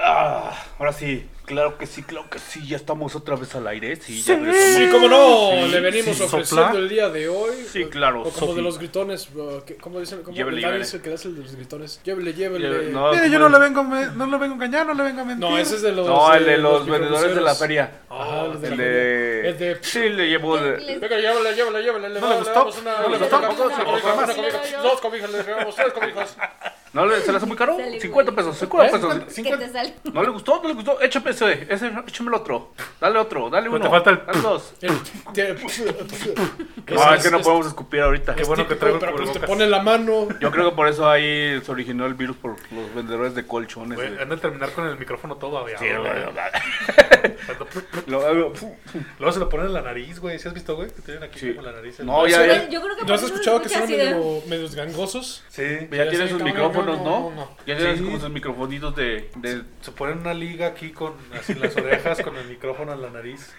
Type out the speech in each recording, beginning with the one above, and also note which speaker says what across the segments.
Speaker 1: Ah, ahora sí, claro que sí, claro que sí, ya estamos otra vez al aire, sí,
Speaker 2: Sí.
Speaker 1: ya regresamos.
Speaker 2: Sí,
Speaker 3: Sí, cómo no,
Speaker 2: Sí,
Speaker 3: le venimos
Speaker 2: sí,
Speaker 3: ofreciendo
Speaker 2: sopla.
Speaker 3: el día de hoy.
Speaker 1: Sí, claro,
Speaker 3: O como
Speaker 1: Sofi.
Speaker 3: de los gritones, uh, que- ¿cómo dicen? ¿Cómo
Speaker 1: Llévele,
Speaker 3: el Larry
Speaker 1: llévele.
Speaker 3: es el que hace el de los gritones? Llévele, llévele.
Speaker 1: Llévele,
Speaker 3: no,
Speaker 1: no.
Speaker 2: Mire, yo
Speaker 1: como
Speaker 2: no
Speaker 1: el-
Speaker 2: le vengo, a me- no lo vengo a engañar, no le vengo a mentir.
Speaker 3: ese es de los.
Speaker 1: No, el de los
Speaker 3: microbuseros.
Speaker 1: vendedores de la feria.
Speaker 3: Ah, el de
Speaker 1: El
Speaker 3: la feria.
Speaker 1: de...
Speaker 3: El de-
Speaker 1: Sí, le llevo de...
Speaker 3: Venga, llévale, llévale, llévale. le
Speaker 2: No
Speaker 3: va-
Speaker 2: le gustó,
Speaker 3: damos una-
Speaker 2: no le
Speaker 3: una
Speaker 2: gustó,
Speaker 3: cobija,
Speaker 2: tampoco se
Speaker 3: una
Speaker 2: lo
Speaker 3: cobija,
Speaker 2: compró
Speaker 3: una
Speaker 2: más.
Speaker 3: cobija, Dos cobijas, le regalamos tres cobijas.
Speaker 1: ¿No le, se le hace muy caro?
Speaker 4: Sale,
Speaker 1: 50
Speaker 4: güey.
Speaker 1: pesos, 50
Speaker 2: ¿Eh?
Speaker 1: pesos.
Speaker 4: Que te sale.
Speaker 1: ¿No le gustó? ¿No le gustó? Échame ese, ese, échame el otro. Dale otro, dale
Speaker 2: Pero
Speaker 1: uno.
Speaker 2: te falta el-
Speaker 1: Dale dos.
Speaker 3: El- te-
Speaker 1: No, es que no
Speaker 3: es-
Speaker 1: podemos escupir ahorita.
Speaker 2: Qué bueno que
Speaker 3: típico,
Speaker 2: traigo el
Speaker 3: pero pues te
Speaker 2: cubrebocas.
Speaker 3: pone la mano.
Speaker 1: Yo creo que por eso ahí se originó el virus por los vendedores de colchones.
Speaker 2: Güey,
Speaker 1: güey.
Speaker 2: anda a terminar con el micrófono todo aviado.
Speaker 1: Sí,
Speaker 2: güey.
Speaker 1: güey.
Speaker 2: Cuando-
Speaker 1: Lo hago, fu- fu-
Speaker 2: Luego se lo ponen en la nariz, güey. ¿Sí has visto, güey? Que tienen aquí
Speaker 1: Sí.
Speaker 2: como la nariz.
Speaker 1: No, ya,
Speaker 4: Suena-
Speaker 1: ya.
Speaker 4: Yo creo que
Speaker 3: ¿No
Speaker 4: por
Speaker 3: has
Speaker 4: eso se
Speaker 3: escuchado que
Speaker 4: escucha
Speaker 3: son
Speaker 4: así de-
Speaker 3: medio, medios gangosos?
Speaker 2: Sí.
Speaker 1: Ya
Speaker 3: Ya
Speaker 1: tienen
Speaker 3: sé,
Speaker 1: sus
Speaker 3: no,
Speaker 1: micrófonos,
Speaker 3: no,
Speaker 1: ¿no?
Speaker 3: no, no.
Speaker 1: Ya tienen
Speaker 2: Sí.
Speaker 1: como sus microfonitos de... de-
Speaker 2: Se ponen una liga aquí con así en las orejas, con el micrófono en la nariz.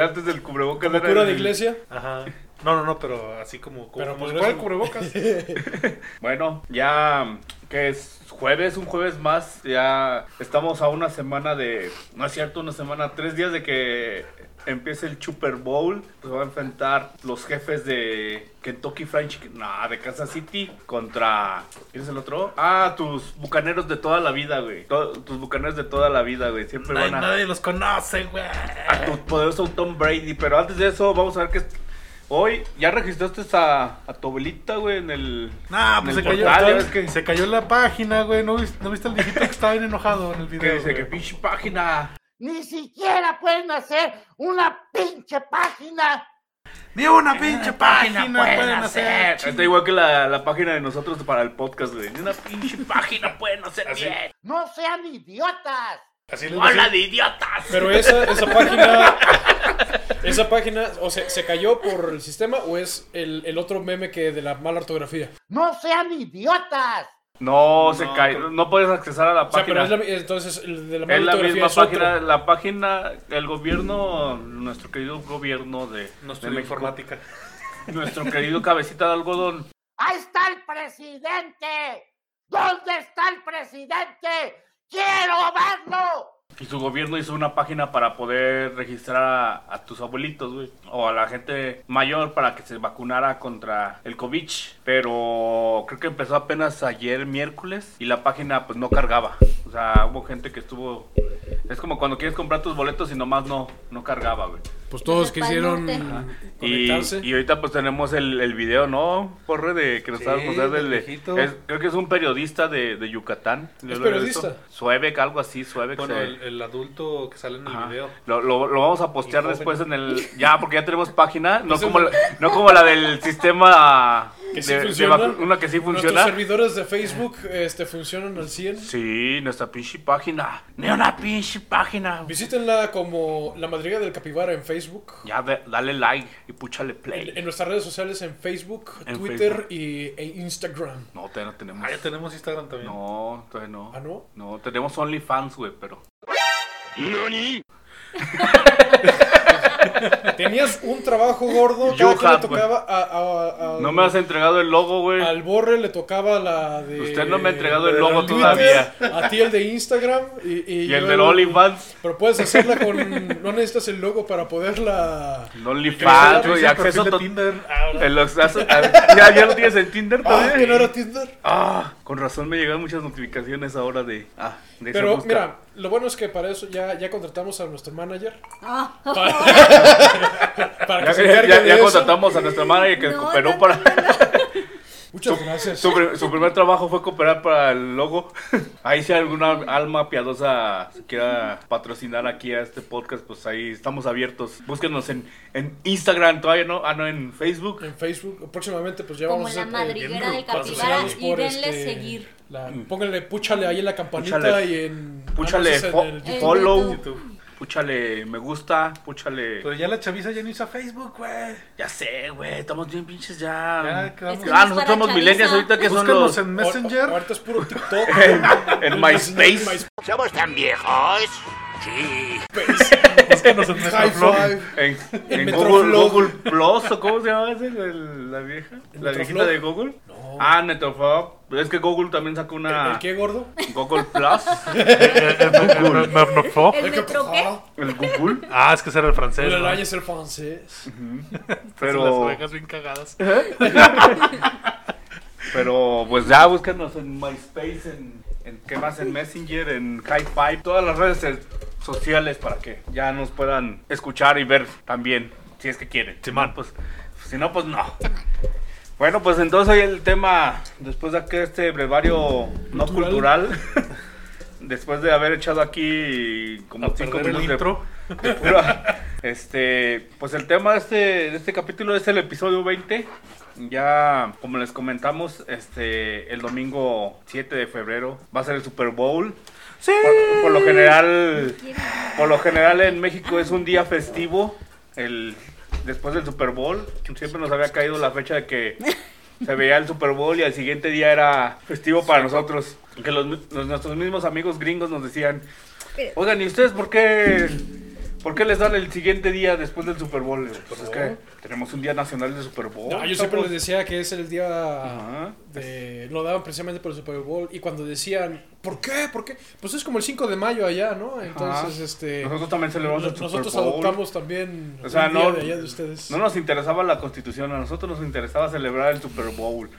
Speaker 1: Antes del cubrebocas
Speaker 3: Como
Speaker 1: era
Speaker 3: cura
Speaker 1: el-
Speaker 3: de iglesia.
Speaker 2: Ajá. No, no, no, pero así como, como,
Speaker 3: Pero
Speaker 2: como si
Speaker 3: podrías-
Speaker 2: fuera el cubrebocas.
Speaker 1: Bueno, ya que es jueves, un jueves más, ya estamos a una semana de, no es cierto, una semana, tres días de que empiece el Super Bowl, pues va a enfrentar los jefes de Kentucky Fried Chicken, no, de Kansas City contra, ¿quién es el otro? Ah, tus bucaneros de toda la vida, güey, To- tus bucaneros de toda la vida, güey, siempre
Speaker 2: Nadie-
Speaker 1: van a
Speaker 2: nadie los conoce, güey.
Speaker 1: a tu poderoso Tom Brady. Pero antes de eso, vamos a ver que Hoy ya registraste a, a tu abuelita, güey, en el.
Speaker 2: Nah,
Speaker 1: en
Speaker 2: pues
Speaker 1: el
Speaker 2: se cayó,
Speaker 1: portal, ya
Speaker 2: se-
Speaker 1: ves que,
Speaker 2: se cayó la página, güey. ¿No, vis- no viste al viejito que estaba bien enojado en el video?
Speaker 1: que dice
Speaker 2: güey?
Speaker 1: que pinche página.
Speaker 5: Ni siquiera pueden hacer una pinche página.
Speaker 2: Ni una pinche página,
Speaker 1: pueden hacer. Está igual que la, la página de nosotros para el podcast, güey. Ni una pinche página pueden hacer bien.
Speaker 5: No sean idiotas.
Speaker 2: Así les
Speaker 1: ¡Hola
Speaker 2: decía.
Speaker 1: de idiotas!
Speaker 3: Pero esa, esa página. Esa página, o sea, ¿se cayó por el sistema o es el, el otro meme que de la mala ortografía?
Speaker 5: No sean idiotas.
Speaker 1: No, se
Speaker 2: No,
Speaker 1: cae.
Speaker 2: pero-
Speaker 1: No puedes accesar a la
Speaker 3: O sea,
Speaker 1: página.
Speaker 3: pero es la, entonces el de la mala
Speaker 1: es la
Speaker 3: ortografía
Speaker 1: misma
Speaker 3: es otro.
Speaker 1: página, la página, el gobierno, nuestro querido gobierno de,
Speaker 2: No
Speaker 1: de
Speaker 2: estudió
Speaker 1: México,
Speaker 2: informática.
Speaker 1: nuestro querido cabecita de algodón,
Speaker 5: Ahí está el presidente. ¿Dónde está el presidente? Quiero verlo.
Speaker 1: Y su gobierno hizo una página para poder registrar a, a tus abuelitos, güey. O a la gente mayor para que se vacunara contra el COVID. Pero creo que empezó apenas ayer, miércoles. Y la página, pues, no cargaba. O sea, hubo gente que estuvo... Es como cuando quieres comprar tus boletos y nomás no, no cargaba, güey.
Speaker 3: Pues todos
Speaker 4: Desde Pal
Speaker 3: quisieron
Speaker 4: Norte.
Speaker 1: Y,
Speaker 3: conectarse.
Speaker 1: y ahorita pues tenemos el, el video, ¿no? Porre de que nos
Speaker 2: Sí,
Speaker 1: estabas mostrando
Speaker 2: del
Speaker 1: el de-
Speaker 2: viejito.
Speaker 1: es- creo que es un periodista de, de Yucatán. Yo
Speaker 3: ¿Es
Speaker 1: lo he visto.
Speaker 3: periodista?
Speaker 1: Suebec, algo así, Suebec.
Speaker 2: Bueno,
Speaker 1: se-
Speaker 2: el, el adulto que sale en el
Speaker 1: Ajá.
Speaker 2: video.
Speaker 1: Lo, lo- lo vamos a postear
Speaker 2: Y joven.
Speaker 1: después en el. Ya, porque ya tenemos página. No,
Speaker 3: Eso
Speaker 1: como, la,
Speaker 3: Pues es-
Speaker 1: no como la del sistema.
Speaker 3: Que sí
Speaker 1: de- de
Speaker 3: funciona.
Speaker 1: vacu- una que sí
Speaker 3: Nuestros
Speaker 1: funciona.
Speaker 3: servidores de Facebook este, funcionan al 100.
Speaker 1: Sí, nuestra pinche página. Ni una pinche página.
Speaker 3: Visítenla como La Madriga del Capibara en Facebook.
Speaker 1: Ya, de- dale like y púchale play.
Speaker 3: En, en nuestras redes sociales en Facebook,
Speaker 1: En
Speaker 3: Twitter
Speaker 1: Facebook.
Speaker 3: Y, e Instagram.
Speaker 1: No, todavía no tenemos.
Speaker 2: Ah, ya tenemos Instagram también.
Speaker 1: No, todavía no.
Speaker 3: ¿Ah, no?
Speaker 1: No, tenemos OnlyFans, güey, pero.
Speaker 3: Tenías un trabajo gordo,
Speaker 1: You
Speaker 3: cada que le
Speaker 1: have,
Speaker 3: tocaba a, a- a-
Speaker 1: No me has entregado el logo, güey.
Speaker 3: al borre le tocaba la de
Speaker 1: Usted no me ha entregado el
Speaker 3: la
Speaker 1: logo
Speaker 3: Twitter,
Speaker 1: todavía.
Speaker 3: A ti el de Instagram y, y
Speaker 1: Y
Speaker 3: yo
Speaker 1: el del OnlyFans.
Speaker 3: Pero puedes hacerla con no necesitas el logo para poderla
Speaker 1: El
Speaker 2: Ah,
Speaker 1: OnlyFans,
Speaker 2: tú
Speaker 1: güey.
Speaker 2: y
Speaker 1: Acceso
Speaker 2: acceso de
Speaker 1: to-
Speaker 2: Tinder. Ah,
Speaker 1: el acceso- ¿Ya, ya lo tienes en Tinder
Speaker 3: Ah,
Speaker 1: todavía.
Speaker 3: que no era Tinder.
Speaker 1: Ah, con razón me llegan muchas notificaciones ahora de. Ah, de esa
Speaker 3: Pero
Speaker 1: busca.
Speaker 3: mira, lo bueno es que para eso ya, ya contratamos a nuestro manager
Speaker 4: Ah.
Speaker 3: para, para que
Speaker 1: Ya,
Speaker 3: se
Speaker 1: ya-
Speaker 3: encargue
Speaker 1: ya-
Speaker 3: de
Speaker 1: ya
Speaker 3: eso.
Speaker 1: contratamos a nuestra manager que
Speaker 4: No,
Speaker 1: cooperó
Speaker 4: no,
Speaker 1: para.
Speaker 3: Muchas gracias.
Speaker 1: Su, pri- su primer trabajo fue cooperar para el logo. Ahí, si alguna alma piadosa se quiera patrocinar aquí a este podcast, pues ahí estamos abiertos. Búsquenos en, en Instagram todavía, ¿no? Ah, no, en Facebook.
Speaker 3: En Facebook próximamente pues ya
Speaker 4: Como
Speaker 3: vamos a
Speaker 4: la
Speaker 3: hacer, eh,
Speaker 4: madriguera del capibara
Speaker 3: patrocinados
Speaker 4: y
Speaker 3: por,
Speaker 4: denle
Speaker 3: este,
Speaker 4: seguir.
Speaker 3: la- pónganle, púchale ahí en la campanita
Speaker 1: Púchale.
Speaker 3: y en.
Speaker 1: Púchale
Speaker 3: ah, no,
Speaker 1: fo-
Speaker 3: ese es en el-
Speaker 1: follow,
Speaker 2: YouTube.
Speaker 1: púchale me gusta, púchale.
Speaker 3: Pues-
Speaker 2: Pero ya la chaviza ya no usa Facebook, güey.
Speaker 1: Ya sé, güey, estamos bien pinches ya.
Speaker 2: Ya quedamos.
Speaker 4: Es que-
Speaker 1: Ah,
Speaker 4: Para
Speaker 1: nosotros somos millennials
Speaker 4: chaviza.
Speaker 1: ahorita que son
Speaker 2: Búscanos
Speaker 1: los.
Speaker 2: en
Speaker 3: o-
Speaker 2: Messenger.
Speaker 3: Ahorita es puro TikTok.
Speaker 1: En MySpace.
Speaker 5: ¿Somos tan viejos? Sí.
Speaker 2: Búscanos en nuestro
Speaker 3: High
Speaker 2: blog.
Speaker 3: five.
Speaker 1: En,
Speaker 3: En
Speaker 1: en Google,
Speaker 3: Metroflog.
Speaker 1: Google Plus, ¿o cómo se llama ese? El- la vieja. La viejita
Speaker 3: Metroflog?
Speaker 1: de Google.
Speaker 3: No.
Speaker 1: Ah, Metroflog. Pues es que Google también sacó
Speaker 3: ¿El
Speaker 1: una
Speaker 3: qué gordo?
Speaker 1: Google Plus.
Speaker 4: Me- me- me- fo.
Speaker 6: ¿El metro qué?
Speaker 1: El Google.
Speaker 4: Ah, es que ese era el francés.
Speaker 3: El
Speaker 4: ¿no?
Speaker 3: año es el francés.
Speaker 4: Las
Speaker 1: Pero,
Speaker 4: orejas bien cagadas.
Speaker 1: pero pues ya búscanos en MySpace, en, en qué más, en Messenger, en Hi5, todas las redes eh, sociales para que ya nos puedan escuchar y ver también, si es que quieren.
Speaker 4: Simón.
Speaker 1: Pues, si no, pues no. Bueno, pues entonces hoy el tema, después de que este brevario no cultural, después de haber echado aquí como
Speaker 2: A
Speaker 1: cinco
Speaker 2: perder el
Speaker 1: minutos de-
Speaker 2: intro.
Speaker 1: de pura- este, pues el tema de este, de este capítulo es el episodio 20. Ya, como les comentamos, este, el domingo 7 de febrero va a ser el Super Bowl.
Speaker 4: Sí.
Speaker 1: Por, por lo general, por lo general en México es un día festivo. El, después del Super Bowl, siempre nos había caído la fecha de que se veía el Super Bowl y al siguiente día era festivo para nosotros. Que los, mi- los- nuestros mismos amigos gringos nos decían, oigan, ¿y ustedes por qué, por qué les dan el siguiente día después del Super Bowl? Le digo, Pues es que tenemos un día nacional de Super Bowl.
Speaker 3: Oh. No, Ah, yo siempre les
Speaker 1: chavos".
Speaker 3: decía que es el día
Speaker 1: Ajá.
Speaker 3: de... Lo daban precisamente por el Super Bowl. Y cuando decían, ¿por qué? ¿Por qué? Pues es como el 5 de mayo allá, ¿no? Entonces,
Speaker 1: Ajá.
Speaker 3: este...
Speaker 1: Nosotros también celebramos el
Speaker 3: no-
Speaker 1: Super
Speaker 3: Nosotros
Speaker 1: Bowl.
Speaker 3: adoptamos también
Speaker 1: O sea,
Speaker 3: un día
Speaker 1: no-
Speaker 3: de allá de ustedes.
Speaker 1: No nos interesaba la constitución, a nosotros nos interesaba celebrar el Super Bowl.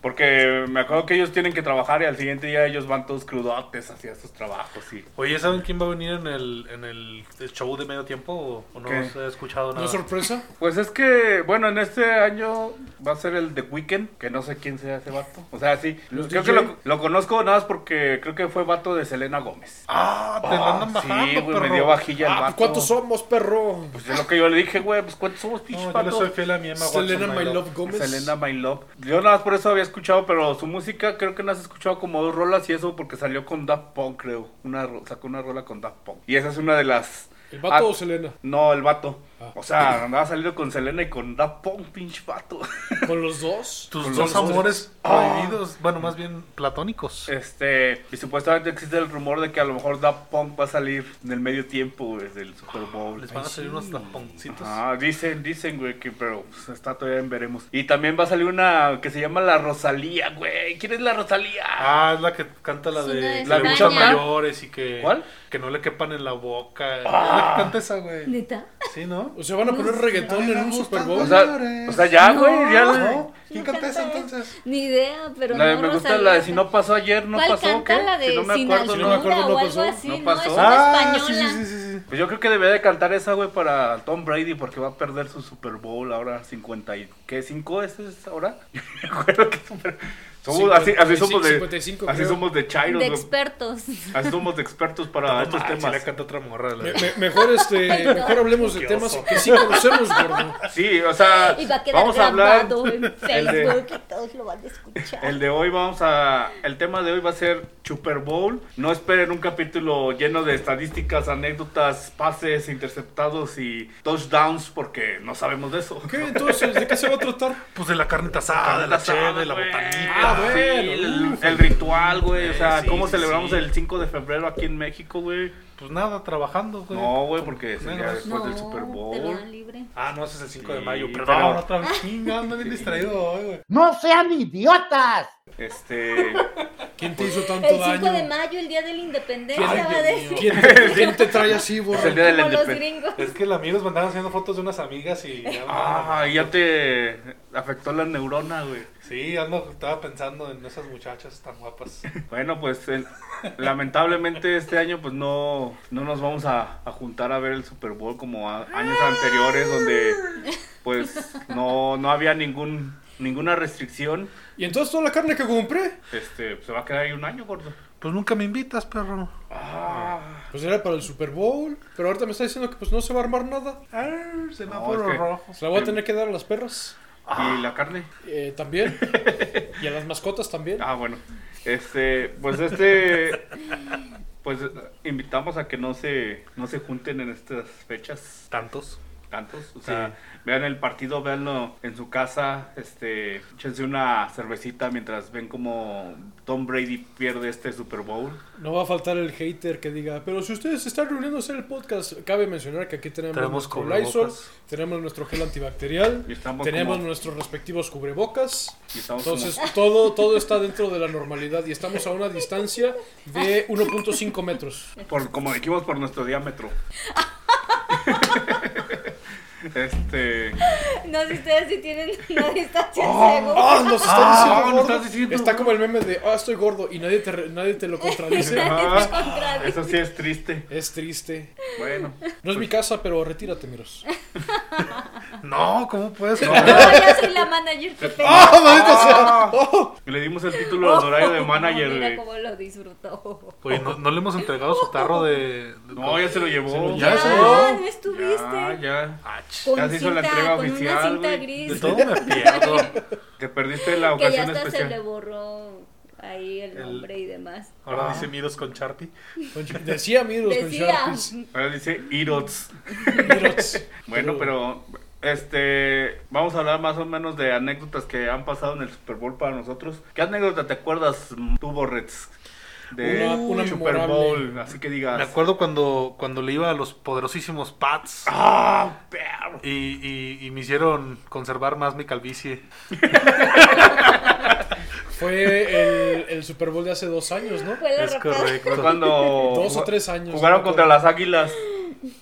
Speaker 1: Porque me acuerdo que ellos tienen que trabajar y al siguiente día ellos van todos crudotes hacia sus trabajos. Y...
Speaker 2: Oye, ¿saben quién va a venir en el, en el show de medio tiempo o, o no
Speaker 1: ¿Qué?
Speaker 2: os he escuchado
Speaker 3: ¿No
Speaker 2: nada?
Speaker 3: es sorpresa?
Speaker 1: Pues es que, bueno, en este año va a ser el The Weeknd, que no sé quién sea ese vato. O sea, sí,
Speaker 3: ¿Los
Speaker 1: creo
Speaker 3: DJ?
Speaker 1: que lo, lo conozco nada más porque creo que fue vato de Selena Gómez.
Speaker 2: ah, te lo andan bajando,
Speaker 1: sí, güey, me
Speaker 2: perro.
Speaker 1: dio vajilla el
Speaker 3: Ah,
Speaker 1: vato.
Speaker 3: pues, ¿cuántos somos, perro?
Speaker 1: Pues es lo que yo le dije, güey, pues ¿cuántos somos, pinches
Speaker 2: No, yo le
Speaker 1: vatos?
Speaker 2: soy fiel a mi Emma Watson.
Speaker 3: Selena
Speaker 2: my
Speaker 3: My
Speaker 2: love.
Speaker 3: Love Gómez.
Speaker 1: Selena My Love. Yo nada más por eso había escuchado, pero su música creo que no has escuchado como dos rolas y eso porque salió con Daft Punk, creo. Una, ro- sacó una rola con Daft Punk. Y esa es una de las...
Speaker 3: ¿El vato
Speaker 1: Ah,
Speaker 3: o Selena?
Speaker 1: No, el vato.
Speaker 3: Ah.
Speaker 1: O sea, andaba saliendo con Selena y con Daft Punk, pinche vato.
Speaker 3: ¿Con los dos?
Speaker 2: Tus
Speaker 1: Con
Speaker 2: dos Ah. Eh,
Speaker 1: los hombres.
Speaker 2: amores prohibidos, bueno, más bien platónicos.
Speaker 1: Este, y supuestamente existe el rumor de que a lo mejor Daft Punk va a salir en el medio tiempo güey, del Super Bowl.
Speaker 3: Ah,
Speaker 2: Les van a salir unos taponcitos.
Speaker 1: Ah, dicen, dicen, güey, que pero pues, está todavía en veremos. Y también va a salir una que se llama La Rosalía, güey. ¿Quién es La Rosalía?
Speaker 2: Ah, es la que canta la
Speaker 6: Es una
Speaker 2: de
Speaker 6: de
Speaker 2: la
Speaker 1: España.
Speaker 2: lucha mayores y que
Speaker 1: ¿Cuál?
Speaker 2: que no le quepan en la boca. Es la que canta esa, güey.
Speaker 6: ¿Neta?
Speaker 2: Ah. Sí, ¿no?
Speaker 3: O sea, van a poner reggaetón en un Super Bowl.
Speaker 1: O sea, o sea, ya,
Speaker 6: No.
Speaker 1: güey, ya.
Speaker 2: ¿No? ¿Quién
Speaker 6: No
Speaker 2: canta esa
Speaker 6: canta eso.
Speaker 2: entonces?
Speaker 6: Ni idea, pero
Speaker 1: La de
Speaker 6: no
Speaker 1: me gusta
Speaker 6: Rosalía.
Speaker 1: la de si no pasó ayer, no
Speaker 6: ¿Cuál
Speaker 1: pasó.
Speaker 6: canta
Speaker 1: ¿qué?
Speaker 6: la de
Speaker 1: Si no me
Speaker 6: sin
Speaker 1: acuerdo,
Speaker 6: altura
Speaker 1: no.
Speaker 3: acuerdo, no
Speaker 6: o algo
Speaker 3: pasó.
Speaker 6: así?
Speaker 1: No
Speaker 6: No,
Speaker 1: pasó.
Speaker 6: es una
Speaker 2: Ah, sí,
Speaker 6: española.
Speaker 2: sí, sí, sí, sí.
Speaker 1: Pues yo creo que debería de cantar esa, güey, para Tom Brady, porque va a perder su Super Bowl ahora 50 y... ¿Qué? ¿Cinco este es ahora? Yo me acuerdo que super... somos-
Speaker 3: Cincuenta
Speaker 1: así, así
Speaker 3: y cinco,
Speaker 1: somos de...
Speaker 3: 55
Speaker 1: así
Speaker 3: creo.
Speaker 1: somos de Chairos,
Speaker 6: De
Speaker 1: güey.
Speaker 6: expertos.
Speaker 1: Así somos de expertos para
Speaker 2: No,
Speaker 1: estos
Speaker 2: ma, Ah, sí
Speaker 1: temas.
Speaker 2: la canta otra morra. La
Speaker 3: Me-
Speaker 2: de-
Speaker 3: me- mejor, este, mejor hablemos de
Speaker 2: Qué
Speaker 3: temas
Speaker 2: oso.
Speaker 3: que sí conocemos, gordo.
Speaker 1: Sí, o sea,
Speaker 6: Y va a quedar
Speaker 1: Ah, vamos a hablar...
Speaker 6: grabado en
Speaker 1: el de-
Speaker 6: Facebook y todos lo van a escuchar.
Speaker 1: El de hoy vamos a. El tema de hoy va a ser Super Bowl. No esperen un capítulo lleno de estadísticas, anécdotas, pases interceptados y touchdowns, porque no sabemos de eso.
Speaker 3: ¿Qué? Entonces, ¿de qué se va a tratar?
Speaker 2: Pues de la carne asada, de la cheve, de la
Speaker 1: güey.
Speaker 2: botanita.
Speaker 3: Ah,
Speaker 1: Sí,
Speaker 3: bueno.
Speaker 1: el, el ritual, güey. O sea,
Speaker 2: Sí,
Speaker 1: ¿cómo
Speaker 2: sí,
Speaker 1: celebramos
Speaker 2: sí.
Speaker 1: el 5 de febrero aquí en México, güey?
Speaker 2: Pues nada, trabajando, güey.
Speaker 1: No, güey, porque sería
Speaker 2: Negros.
Speaker 1: después del Super Bowl.
Speaker 6: te lo dan libre.
Speaker 2: Ah, no, ese es el 5 de
Speaker 1: Sí,
Speaker 2: mayo.
Speaker 1: pero-
Speaker 2: Perdón, otra vez. Chinga, ando bien distraído hoy, güey.
Speaker 5: No sean idiotas.
Speaker 1: Este.
Speaker 3: ¿Quién te hizo tanto
Speaker 6: El 5
Speaker 3: daño?
Speaker 6: de mayo, el día de la independencia,
Speaker 3: Ay, Dios
Speaker 6: va a decir.
Speaker 3: ¿Quién te, quién te trae así,
Speaker 1: es el
Speaker 3: borrego?
Speaker 1: día de la
Speaker 6: Como los
Speaker 1: independencia.
Speaker 6: gringos.
Speaker 2: Es que los amigos me andaban haciendo fotos de unas amigas y. ya-
Speaker 1: Ah, ya te afectó la neurona, güey.
Speaker 2: Sí, ando, estaba pensando en esas muchachas tan guapas.
Speaker 1: Bueno, pues el- lamentablemente este año pues no, no nos vamos a, a juntar a ver el Super Bowl como a- años anteriores donde pues no, no había ningún ninguna restricción.
Speaker 3: Y entonces toda la carne que compré,
Speaker 1: Este, pues, se va a quedar ahí un año, gordo.
Speaker 2: Pues nunca me invitas, perro.
Speaker 3: pues era para el Super Bowl. Pero ahorita me está diciendo que pues no se va a armar nada.
Speaker 2: Arr, semáforo
Speaker 1: No, es que-
Speaker 2: rojo.
Speaker 3: Se la voy a tener que dar a las perras.
Speaker 1: Y la carne.
Speaker 3: eh, también. Y a las mascotas también.
Speaker 1: Ah, bueno. Este, pues este pues invitamos a que no se no se junten en estas fechas.
Speaker 2: Tantos.
Speaker 1: tantos. O sea, vean el partido, véanlo en su casa, este, échense una cervecita mientras ven como Tom Brady pierde este Super Bowl.
Speaker 3: No va a faltar el hater que diga, pero si ustedes están reuniendo a hacer el podcast, cabe mencionar que aquí tenemos,
Speaker 4: Tenemos
Speaker 3: nuestro
Speaker 4: cubrebocas.
Speaker 3: Lysol, tenemos nuestro gel antibacterial,
Speaker 1: Y estamos
Speaker 3: tenemos
Speaker 1: como-
Speaker 3: nuestros respectivos cubrebocas.
Speaker 1: Y estamos como-
Speaker 3: Entonces, todo, todo está dentro de la normalidad y estamos a una distancia de 1.5 metros.
Speaker 1: por, como dijimos, por nuestro diámetro. este.
Speaker 6: No, si ustedes sí tienen una distancia
Speaker 3: ¡Ah! nos está
Speaker 1: Ah,
Speaker 3: diciendo
Speaker 1: nos
Speaker 3: gordo.
Speaker 1: estás diciendo-
Speaker 3: Está como el meme de, ah, estoy gordo y nadie te, re- nadie te lo contradice.
Speaker 1: ah, eso sí es triste.
Speaker 3: es triste.
Speaker 1: Bueno.
Speaker 3: No es mi casa, pero retírate, miros.
Speaker 4: No, ¿cómo puedes?
Speaker 6: segura. Yo soy la manager que tengo.
Speaker 1: Ah, Le dimos el título al horario de manager,
Speaker 6: Mira
Speaker 1: güey.
Speaker 6: cómo lo disfrutó.
Speaker 4: Oye, ¿no, no le hemos entregado su tarro de. de-
Speaker 1: No, ya se lo llevó.
Speaker 4: Se lo-
Speaker 1: Ya,
Speaker 4: ya se lo
Speaker 6: Ah,
Speaker 4: llevó.
Speaker 6: no
Speaker 1: Ya,
Speaker 6: estuviste.
Speaker 1: ya.
Speaker 6: Con
Speaker 1: Ya se hizo la
Speaker 6: cinta-
Speaker 1: entrega
Speaker 6: con
Speaker 1: oficial,
Speaker 6: una cinta
Speaker 1: güey.
Speaker 4: Ah, De
Speaker 6: gris.
Speaker 4: todo me pierdo.
Speaker 1: Te perdiste la
Speaker 6: Que ya
Speaker 1: ocasión
Speaker 6: hasta se le
Speaker 1: especial.
Speaker 6: borró ahí el nombre y demás.
Speaker 2: Ahora dice Miros con Sharpie.
Speaker 3: Decía miros con
Speaker 6: Decía.
Speaker 3: Sharpies.
Speaker 1: Ahora dice Irots.
Speaker 3: Miros.
Speaker 1: Bueno, pero este vamos a hablar más o menos de anécdotas que han pasado en el Super Bowl para nosotros. ¿Qué anécdota te acuerdas, mm, tú, Borrets? De
Speaker 3: Una- una
Speaker 1: Super
Speaker 3: memorable.
Speaker 1: Bowl, así que digas.
Speaker 2: Ah.
Speaker 4: Me acuerdo cuando, cuando le iba a los poderosísimos Pats
Speaker 1: ¡Ah, perro!
Speaker 4: y, y- y me hicieron conservar más mi calvicie.
Speaker 3: Fue el, el Super Bowl de hace dos años, ¿no?
Speaker 6: Fue la
Speaker 4: Es
Speaker 6: rapada.
Speaker 1: Fue
Speaker 4: correcto.
Speaker 1: cuando
Speaker 3: Dos o
Speaker 1: ju-
Speaker 3: tres años,
Speaker 1: jugaron
Speaker 3: no me
Speaker 1: contra
Speaker 3: acuerdo.
Speaker 1: las Águilas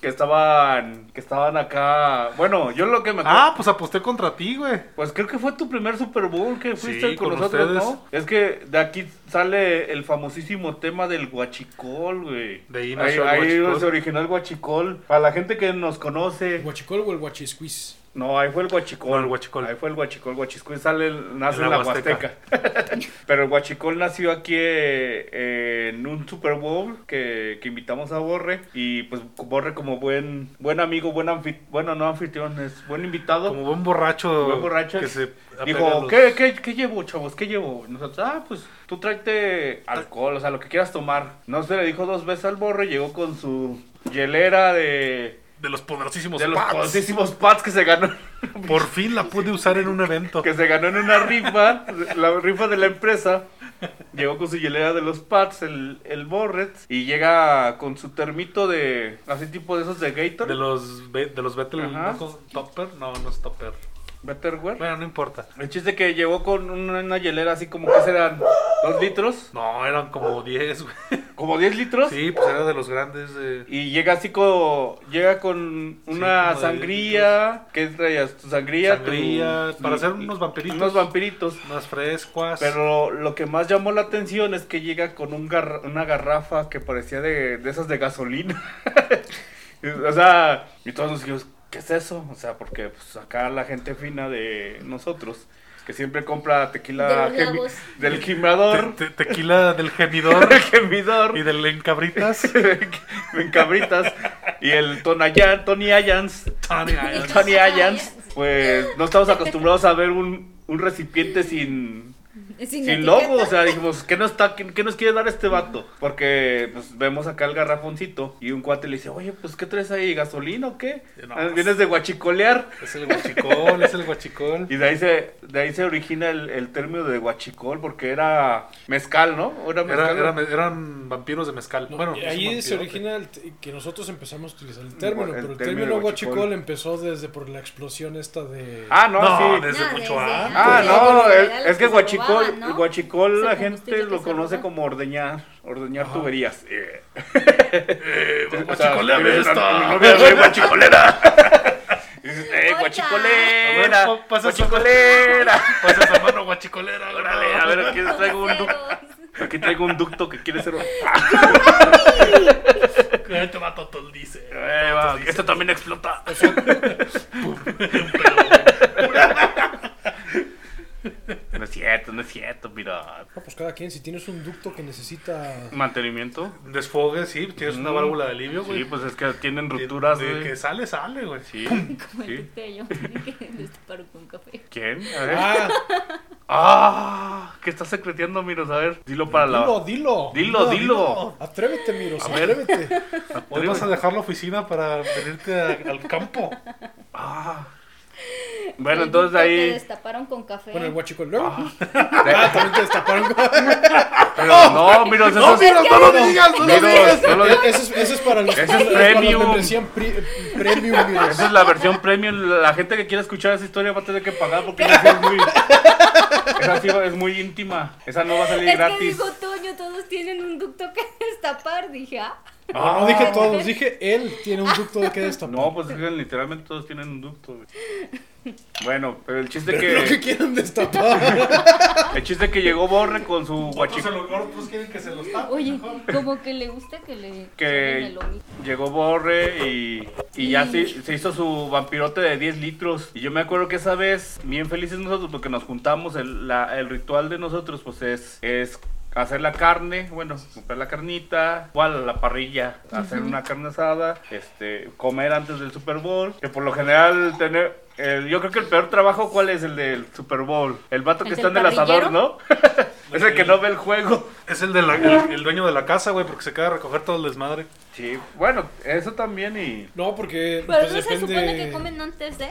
Speaker 1: que estaban que estaban acá. Bueno, yo lo que me acuerdo,
Speaker 4: Ah, pues aposté contra ti, güey.
Speaker 1: pues creo que fue tu primer Super Bowl que fuiste
Speaker 4: Sí,
Speaker 1: con,
Speaker 4: con
Speaker 1: nosotros,
Speaker 4: ustedes.
Speaker 1: ¿no? Es que de aquí sale el famosísimo tema del guachicol, güey.
Speaker 4: De ahí
Speaker 1: ahí
Speaker 4: nació el
Speaker 1: ahí
Speaker 4: guachicol.
Speaker 1: se originó el guachicol. Para la gente que nos conoce,
Speaker 3: ¿El guachicol o el guachisquiz?
Speaker 1: no, ahí fue el guachicol.
Speaker 4: No, el guachicol.
Speaker 1: Ahí fue el guachicol, guachiscuy sale el- nace en
Speaker 4: En
Speaker 1: la
Speaker 4: la
Speaker 1: Huasteca. Pero el guachicol nació aquí eh, eh, en un Super Bowl que, que invitamos a Borre y pues Borre como buen buen amigo, buen anfi- bueno, no anfitrión, es buen invitado.
Speaker 4: Como buen borracho.
Speaker 1: Buen borracho.
Speaker 4: Que se apega a
Speaker 1: Dijo,
Speaker 4: los-
Speaker 1: ¿qué, qué, ¿qué llevo, chavos? ¿Qué llevo? Y Nosotros, ah, pues tú tráete alcohol, o sea, lo que quieras tomar. No se le dijo dos veces al borre, llegó con su hielera de,
Speaker 4: De los poderosísimos
Speaker 1: de los
Speaker 4: Pats.
Speaker 1: poderosísimos pads que se ganó.
Speaker 4: Por fin la pude usar en un evento.
Speaker 1: Que se ganó en una rifa, la rifa de la empresa. Llegó con su hielera de los pads, el, el Borret, y llega con su termito de. Así tipo de esos de Gator.
Speaker 4: De los, be- de los Battle.
Speaker 1: Ajá.
Speaker 4: ¿no son ¿Topper? No, no es Topper.
Speaker 1: Betterware.
Speaker 4: Bueno, no importa.
Speaker 1: El chiste que llegó con una, una hielera así como que serán dos litros,
Speaker 4: No, eran como 10, güey.
Speaker 1: como 10 litros.
Speaker 4: Sí, pues era de los grandes. de...
Speaker 1: Y llega así como, llega con una
Speaker 4: como de
Speaker 1: sangría, ¿qué traías? Tu sangría, tu-
Speaker 4: Sangría, para hacer unos vampiritos.
Speaker 1: unos vampiritos.
Speaker 4: Más frescas.
Speaker 1: Pero lo que más llamó la atención es que llega con un garra- una garrafa que parecía de, de esas de gasolina. o sea, y todos nos dijimos, ¿qué es eso? O sea, porque pues, acá la gente fina de nosotros, que siempre compra tequila
Speaker 6: De los
Speaker 1: gemi-
Speaker 6: lagos.
Speaker 1: del quimador,
Speaker 4: Te- te- tequila del gemidor
Speaker 1: del gemidor,
Speaker 4: y del encabritas.
Speaker 1: en cabritas, y el Tonayan, Tony Ayans.
Speaker 4: Tony Allen.
Speaker 1: Tony Ayans, pues no estamos acostumbrados a ver un, un recipiente sin,
Speaker 6: Sin,
Speaker 1: sin
Speaker 6: etiqueta.
Speaker 1: logo, o sea, dijimos, ¿qué nos, está, qué, qué nos quiere dar este vato? Porque pues, vemos acá el garrafoncito y un cuate le dice, oye, pues ¿qué traes ahí? ¿Gasolina o qué?
Speaker 4: No, pues.
Speaker 1: Ah, Vienes de guachicolear.
Speaker 4: Es el guachicol, es el guachicol.
Speaker 1: Y de ahí se, de ahí se origina el, el término de guachicol, porque era mezcal, ¿no? Era
Speaker 4: Era-
Speaker 1: mezcal.
Speaker 4: era- eran vampiros de mezcal.
Speaker 3: No,
Speaker 4: bueno,
Speaker 3: y
Speaker 4: es un
Speaker 3: ahí se
Speaker 4: vampiro,
Speaker 3: origina el t- que nosotros empezamos a utilizar el término,
Speaker 1: El
Speaker 3: pero el
Speaker 1: término
Speaker 3: término
Speaker 1: guachicol.
Speaker 3: guachicol empezó desde por la explosión esta de...
Speaker 1: Ah, no,
Speaker 4: No,
Speaker 1: sí.
Speaker 4: desde
Speaker 6: No,
Speaker 4: mucho
Speaker 6: desde
Speaker 4: antes.
Speaker 1: Ah,
Speaker 6: Sí,
Speaker 1: no,
Speaker 6: porque
Speaker 1: el-
Speaker 6: era lo
Speaker 1: es que
Speaker 6: que se
Speaker 1: guachicol,
Speaker 6: robaban, ¿no?
Speaker 1: el guachicol
Speaker 6: Ese
Speaker 1: la gente
Speaker 6: combustible que
Speaker 1: lo
Speaker 6: se
Speaker 1: conoce
Speaker 6: roba.
Speaker 1: como ordeñar, ordeñar tuberías. Eh. O sea,
Speaker 4: guachicoleame
Speaker 1: eres una-
Speaker 4: esta.
Speaker 1: no me soy guachicolera. Y dices, eh,
Speaker 6: Ocha.
Speaker 1: guachicolera,
Speaker 4: A ver, pa- pasa esa-
Speaker 1: guachicolera.
Speaker 4: Pasa Pues esa mano guachicolera.
Speaker 1: Órale, a ver, aquí traigo un ducto,
Speaker 6: Ceros.
Speaker 1: aquí traigo un ducto que quiere ser...
Speaker 4: Ahí te va Totol, dice.
Speaker 1: Eh, va, esto también explota. No es cierto, no es cierto, mira.
Speaker 3: No, pues cada quien, si tienes un ducto que necesita...
Speaker 1: Mantenimiento.
Speaker 4: Desfogue, sí, tienes una
Speaker 1: Mm.
Speaker 4: válvula de alivio, güey.
Speaker 1: Sí, pues es que tienen
Speaker 4: De-
Speaker 1: rupturas,
Speaker 4: de
Speaker 1: güey.
Speaker 4: que sale, sale, güey.
Speaker 1: Sí,
Speaker 6: Como el
Speaker 1: sí.
Speaker 6: que te yo que destaparon con café.
Speaker 1: ¿Quién? A ver.
Speaker 3: Ah,
Speaker 1: ¡Ah! ¿Qué estás secreteando, Miros? A ver, dilo para la.
Speaker 3: Dilo, dilo.
Speaker 1: Dilo, dilo.
Speaker 3: Atrévete, Miros,
Speaker 1: A ver.
Speaker 3: atrévete.
Speaker 4: Hoy vas a dejar la oficina para venirte a- al campo.
Speaker 1: Ah. Bueno,
Speaker 6: El
Speaker 1: entonces
Speaker 6: ducto Te
Speaker 1: ahí.
Speaker 6: destaparon con café.
Speaker 3: Bueno, el guachico luego.
Speaker 1: Ah,
Speaker 3: También te destaparon.
Speaker 1: Pero no, Miros, eso es-
Speaker 4: Miros, no lo digas, no lo
Speaker 1: Miros, no lo digas.
Speaker 3: Eso E, es, eso es para los
Speaker 1: Eso es
Speaker 3: para los-
Speaker 1: premium. Ah.
Speaker 3: Para los que pre- premium, Miros.
Speaker 1: Esa es la versión premium. La gente que quiera escuchar esa historia va a tener que pagar porque esa sí es muy. Esa sí es muy íntima. Esa no va a salir
Speaker 6: es que
Speaker 1: gratis.
Speaker 6: dijo Toño, todos tienen un ducto que destapar, dije, ah.
Speaker 3: No, no dije todos, dije él tiene un ducto de que destapar.
Speaker 1: No, pues es que literalmente todos tienen un ducto. güey. Bueno, pero el chiste
Speaker 3: Lo que
Speaker 1: que.
Speaker 3: quieran destapar.
Speaker 1: El chiste que llegó Borre con su guachico.
Speaker 4: Otros quieren que se los tapen.
Speaker 6: Oye, como que le gusta que le saquen el
Speaker 1: que
Speaker 6: lomito.
Speaker 1: llegó Borre y, y ya se, se hizo su vampirote de 10 litros. Y yo me acuerdo que esa vez, bien felices nosotros, porque nos juntamos, el, la- el ritual de nosotros pues es, es hacer la carne, bueno, comprar la carnita, igual a la parrilla, hacer una carne asada, este, comer antes del Super Bowl, que por lo general tener... el- yo creo que el peor trabajo, ¿cuál es? El del Super Bowl. El vato
Speaker 6: ¿El
Speaker 1: que está en
Speaker 6: del
Speaker 1: el asador, ¿no?
Speaker 6: parrillero?
Speaker 1: es el que no ve el juego.
Speaker 4: Es el, de la- el, el dueño de la casa, güey, porque se queda a recoger todo el desmadre.
Speaker 1: Sí, bueno, eso también y...
Speaker 3: No, porque
Speaker 6: Pero
Speaker 3: pues,
Speaker 6: no se supone que
Speaker 3: depende-
Speaker 6: comen antes de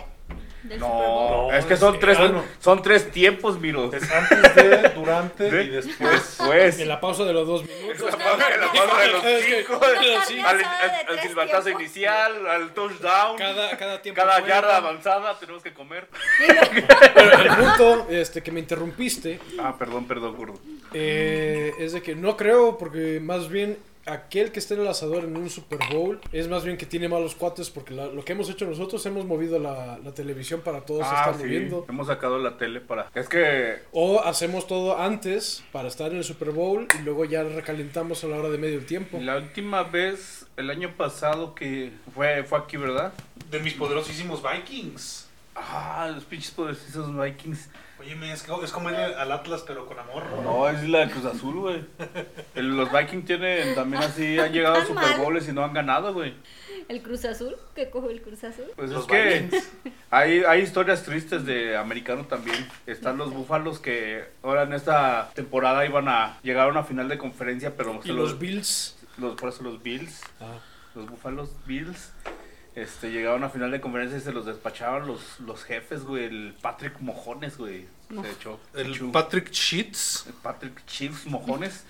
Speaker 6: del Super Bowl.
Speaker 1: No,
Speaker 4: Bowl.
Speaker 1: es que son
Speaker 4: No,
Speaker 1: tres,
Speaker 4: es- ah, no.
Speaker 1: son tres tiempos, miro.
Speaker 4: Es antes de, durante
Speaker 1: De-
Speaker 4: y después.
Speaker 1: Pues.
Speaker 3: En la pausa de los dos minutos.
Speaker 1: La pausa- la pausa de los
Speaker 3: Es que-
Speaker 1: cinco, eh.
Speaker 3: Pero sí,
Speaker 1: Al, al- al silbatazo
Speaker 6: tiempos.
Speaker 1: inicial, al touchdown, cada,
Speaker 3: cada, cada tiempo. fuera.
Speaker 1: yarda avanzada tenemos que comer.
Speaker 3: Pero el punto este, que me interrumpiste
Speaker 1: Ah, perdón, perdón, gordo.
Speaker 3: eh, es de que no creo, porque más bien aquel que está en el asador en un Super Bowl es más bien que tiene malos cuates, porque la- lo que hemos hecho nosotros hemos movido la, la televisión para todos
Speaker 1: Ah,
Speaker 3: estar
Speaker 1: sí,
Speaker 3: moviendo.
Speaker 1: hemos sacado la tele para... Es que...
Speaker 3: O hacemos todo antes para estar en el Super Bowl y luego ya recalentamos a la hora de medio tiempo.
Speaker 1: La última vez, el año pasado que fue, fue aquí, ¿verdad?
Speaker 4: De mis poderosísimos Vikings.
Speaker 1: Ah, los pinches poderosos Vikings.
Speaker 4: Oye, es, que- es como ir al Atlas, pero con amor.
Speaker 1: No, es la Cruz Azul, güey. El- Los Vikings tienen también así, han llegado a
Speaker 6: Están
Speaker 1: Super
Speaker 6: mal.
Speaker 1: Bowls y no han ganado, güey.
Speaker 6: El Cruz Azul, que cojo el Cruz Azul.
Speaker 1: Pues
Speaker 4: Los
Speaker 1: es que
Speaker 4: Vikings.
Speaker 1: hay, hay historias tristes de americano también. Están los búfalos que ahora en esta temporada iban a llegar a una final de conferencia, pero
Speaker 3: Y
Speaker 1: se
Speaker 3: los Bills.
Speaker 1: los- por eso los Bills,
Speaker 3: Ah.
Speaker 1: los búfalos Bills, este, llegaron a final de conferencia y se los despachaban los, los jefes, güey. El Patrick Mojones, güey.
Speaker 6: Moj-
Speaker 1: De hecho,
Speaker 4: El
Speaker 1: Chu-
Speaker 4: Patrick Sheets.
Speaker 1: el Patrick Chiefs Mojones.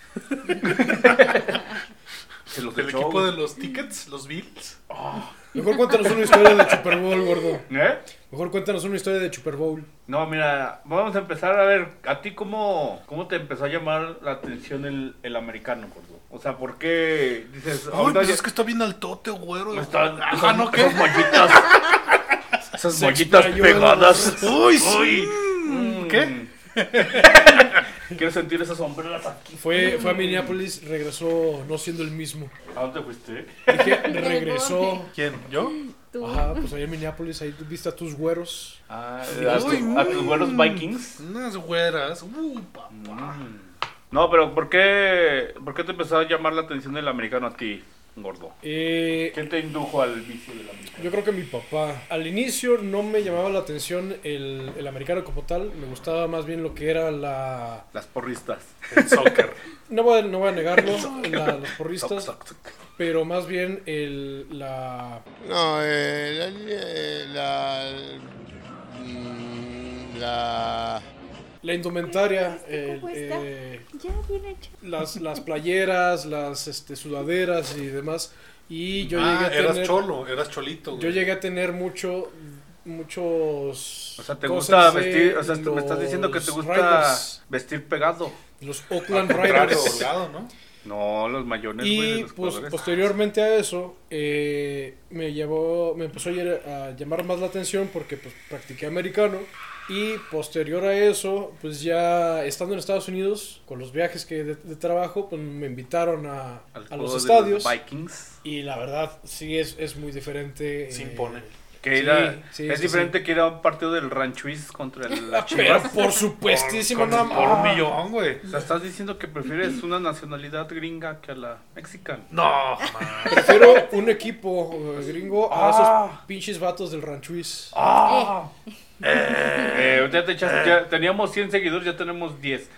Speaker 1: se los
Speaker 4: El
Speaker 1: echó,
Speaker 4: equipo
Speaker 1: güey.
Speaker 4: de los tickets, los Bills.
Speaker 3: Mejor cuéntanos una historia de Super Bowl, gordo.
Speaker 1: ¿Eh?
Speaker 3: Mejor cuéntanos una historia de Super Bowl.
Speaker 1: No, mira, vamos a empezar a ver, ¿a ti cómo, cómo te empezó a llamar la atención el, el americano, gordo? O sea, ¿por qué dices,
Speaker 4: Uy,
Speaker 1: ahorita
Speaker 4: pues
Speaker 1: ya-
Speaker 4: es que está bien altote, güero.
Speaker 1: están-
Speaker 4: Ajá,
Speaker 1: esas-
Speaker 4: ¿no qué?
Speaker 1: Esas mollitas, esas
Speaker 3: Se
Speaker 1: mollitas
Speaker 3: explayó.
Speaker 1: pegadas.
Speaker 4: Uy, sí.
Speaker 1: mm,
Speaker 4: ¿Qué?
Speaker 1: Quiero Mm. sentir esas sombreras aquí.
Speaker 3: Fue, fue a Minneapolis, regresó no siendo el mismo.
Speaker 1: ¿A dónde fuiste?
Speaker 3: Dije, regresó.
Speaker 4: ¿Quién? ¿Yo?
Speaker 6: Tú.
Speaker 3: Ajá, pues allá en Minneapolis, ahí viste a tus güeros.
Speaker 1: Ah, a,
Speaker 4: Uy,
Speaker 1: tus- a tus
Speaker 4: mm.
Speaker 1: buenos vikings.
Speaker 4: Unas güeras. Uh, papá.
Speaker 1: No, pero ¿por qué, ¿por qué te empezó a llamar la atención el americano a ti, gordo?
Speaker 3: Eh,
Speaker 1: ¿Quién te indujo al vicio del americano?
Speaker 3: yo creo que mi papá. Al inicio no me llamaba la atención el, el americano como tal. Me gustaba más bien lo que era la.
Speaker 1: Las porristas.
Speaker 4: El soccer.
Speaker 3: No voy a, no voy a negarlo, la- los porristas.
Speaker 1: Soc, soc, soc.
Speaker 3: Pero más bien el, la.
Speaker 7: No, eh, la, eh, la, mm, la,
Speaker 3: La indumentaria.
Speaker 6: ¿Viste Este, cómo
Speaker 3: el,
Speaker 6: está?
Speaker 3: eh,
Speaker 6: Ya bien hecho.
Speaker 3: las, las playeras, las este, sudaderas y demás. Y yo
Speaker 4: ah,
Speaker 3: llegué a
Speaker 4: eras
Speaker 3: tener,
Speaker 4: cholo, eras cholito. güey.
Speaker 3: yo llegué a tener mucho, muchos.
Speaker 1: O sea, te
Speaker 3: cosas
Speaker 1: gusta
Speaker 3: de
Speaker 1: vestir, o sea, me estás diciendo que te
Speaker 3: los
Speaker 1: gusta
Speaker 3: Riders,
Speaker 1: vestir pegado.
Speaker 3: los Oakland
Speaker 4: Contrario,
Speaker 3: Riders.
Speaker 4: holgado, ¿no?
Speaker 1: No, los mayones, güey, de
Speaker 3: Y
Speaker 1: los
Speaker 3: pues,
Speaker 1: colores.
Speaker 3: posteriormente a eso eh, me llevó, me empezó a lle- a llamar más la atención porque pues practiqué americano y posterior a eso pues ya estando en Estados Unidos con los viajes que de, de trabajo pues me invitaron a,
Speaker 1: Al
Speaker 3: a
Speaker 1: juego
Speaker 3: los
Speaker 1: de
Speaker 3: estadios
Speaker 1: Vikings.
Speaker 3: y la verdad sí es, es muy diferente.
Speaker 4: Se
Speaker 3: eh,
Speaker 4: impone.
Speaker 1: Que
Speaker 3: Sí,
Speaker 1: era,
Speaker 3: sí,
Speaker 1: es
Speaker 3: sí,
Speaker 1: diferente que era un partido del Ranchuis contra el la
Speaker 3: Ah, Pero
Speaker 1: Chivas.
Speaker 3: por supuestísimo,
Speaker 4: Con-
Speaker 3: no
Speaker 4: Por un
Speaker 3: mames.
Speaker 4: millón, güey.
Speaker 1: O sea, estás diciendo que prefieres una nacionalidad gringa que a la mexicana.
Speaker 4: No, man.
Speaker 3: Prefiero eh,
Speaker 4: Ah.
Speaker 3: un equipo eh, gringo a esos pinches vatos del ranchuiz.
Speaker 1: ¡Ah! Eh, ya te echaste- ya teníamos 100 seguidores, ya tenemos 10.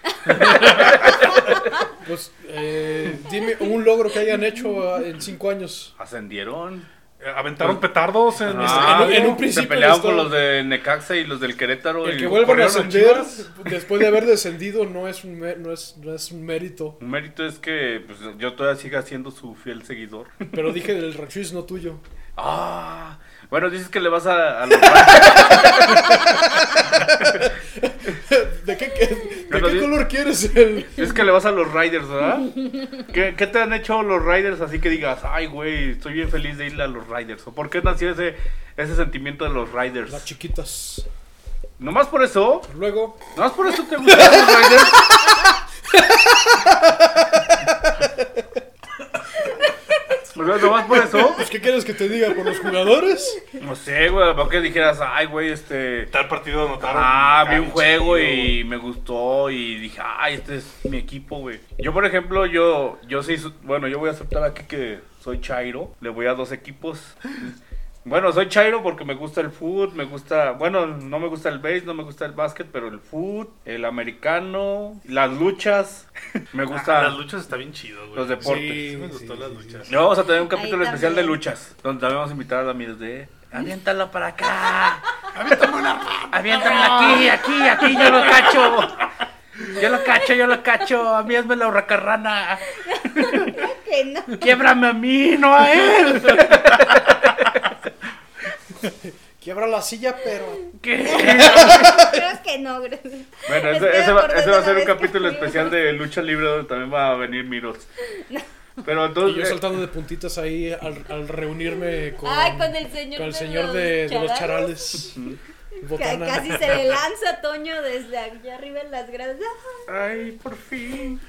Speaker 3: Pues, eh, dime un logro que hayan hecho ah, en cinco años.
Speaker 1: Ascendieron.
Speaker 4: Eh, Aventaron petardos en...
Speaker 3: Ah, en un- en un principio
Speaker 1: se peleaban
Speaker 3: estaba-
Speaker 1: con los de Necaxa y los del Querétaro.
Speaker 3: El
Speaker 1: y
Speaker 3: que vuelvan a
Speaker 1: corrieron
Speaker 3: ascender pues,
Speaker 1: Chivas.
Speaker 3: después de haber descendido no es un, mé- no es, no es un mérito.
Speaker 1: Un mérito es que pues, yo todavía siga siendo su fiel seguidor.
Speaker 3: Pero dije del ranchis, no tuyo.
Speaker 1: Ah, bueno, dices que le vas a, a los Ra-
Speaker 3: ¿De qué, qué- de
Speaker 1: Pero
Speaker 3: qué
Speaker 1: di-
Speaker 3: color quieres el...?
Speaker 1: dices que le vas a los Riders, ¿verdad? ¿Qué, qué te han hecho los Riders así que digas, ay, güey, estoy bien feliz de ir a los Riders? ¿O por qué nació ese, ese sentimiento de los
Speaker 3: Las
Speaker 1: Riders?
Speaker 3: chiquitas.
Speaker 1: Nomás por eso,
Speaker 3: Luego,
Speaker 1: nomás por eso te gustan los Riders. O sea, Nomás por eso,
Speaker 3: pues, ¿qué quieres que te diga? ¿Por los jugadores?
Speaker 1: no sé, güey, ¿por qué dijeras, ay, güey, este,
Speaker 4: Tal partido anotaron.
Speaker 1: Ah, vi un
Speaker 4: Ay,
Speaker 1: juego
Speaker 4: chido, güey.
Speaker 1: y me gustó y dije, ay, este es mi equipo, güey. Yo, por ejemplo, yo, yo sí, su- bueno, yo voy a aceptar aquí que soy Chairo, le voy a dos equipos. Bueno, soy Chairo porque me gusta el fútbol, me gusta, bueno, no me gusta el base, no me gusta el básquet, pero el fútbol, el americano, las luchas, me
Speaker 4: Ah,
Speaker 1: gusta
Speaker 4: las luchas está bien chido, güey.
Speaker 1: los deportes.
Speaker 4: Sí, me gustó las luchas.
Speaker 1: Y vamos a tener un capítulo
Speaker 6: Ahí
Speaker 1: especial de
Speaker 6: también.
Speaker 1: luchas, donde también vamos a invitar a la Mirs de... Aviéntalo para acá. Aviéntame aquí, aquí, aquí, yo lo cacho. Yo lo cacho, yo lo cacho. A mí hazme la hurracarrana.
Speaker 6: Que no.
Speaker 1: Quiebrame a mí, no a él.
Speaker 3: Quiebra la silla, pero...
Speaker 6: Creo que no, gracias.
Speaker 1: Bueno,
Speaker 6: Estoy
Speaker 1: ese, ese va,
Speaker 6: acordando
Speaker 1: ese va a
Speaker 6: la
Speaker 1: ser un
Speaker 6: vez que
Speaker 1: capítulo
Speaker 6: fui.
Speaker 1: especial de lucha libre donde también va a venir Miros. Pero
Speaker 3: Y yo
Speaker 1: entonces, eh,
Speaker 3: saltando de puntitas ahí al, al reunirme con...
Speaker 6: Ay, con el señor
Speaker 3: con el
Speaker 6: de
Speaker 3: señor
Speaker 6: los
Speaker 3: de, de los
Speaker 6: charales.
Speaker 3: charales.
Speaker 6: Ca-
Speaker 3: Botana.
Speaker 6: Casi se le lanza a Toño desde allá arriba en las gradas. ¡Ah!
Speaker 1: ay, por fin.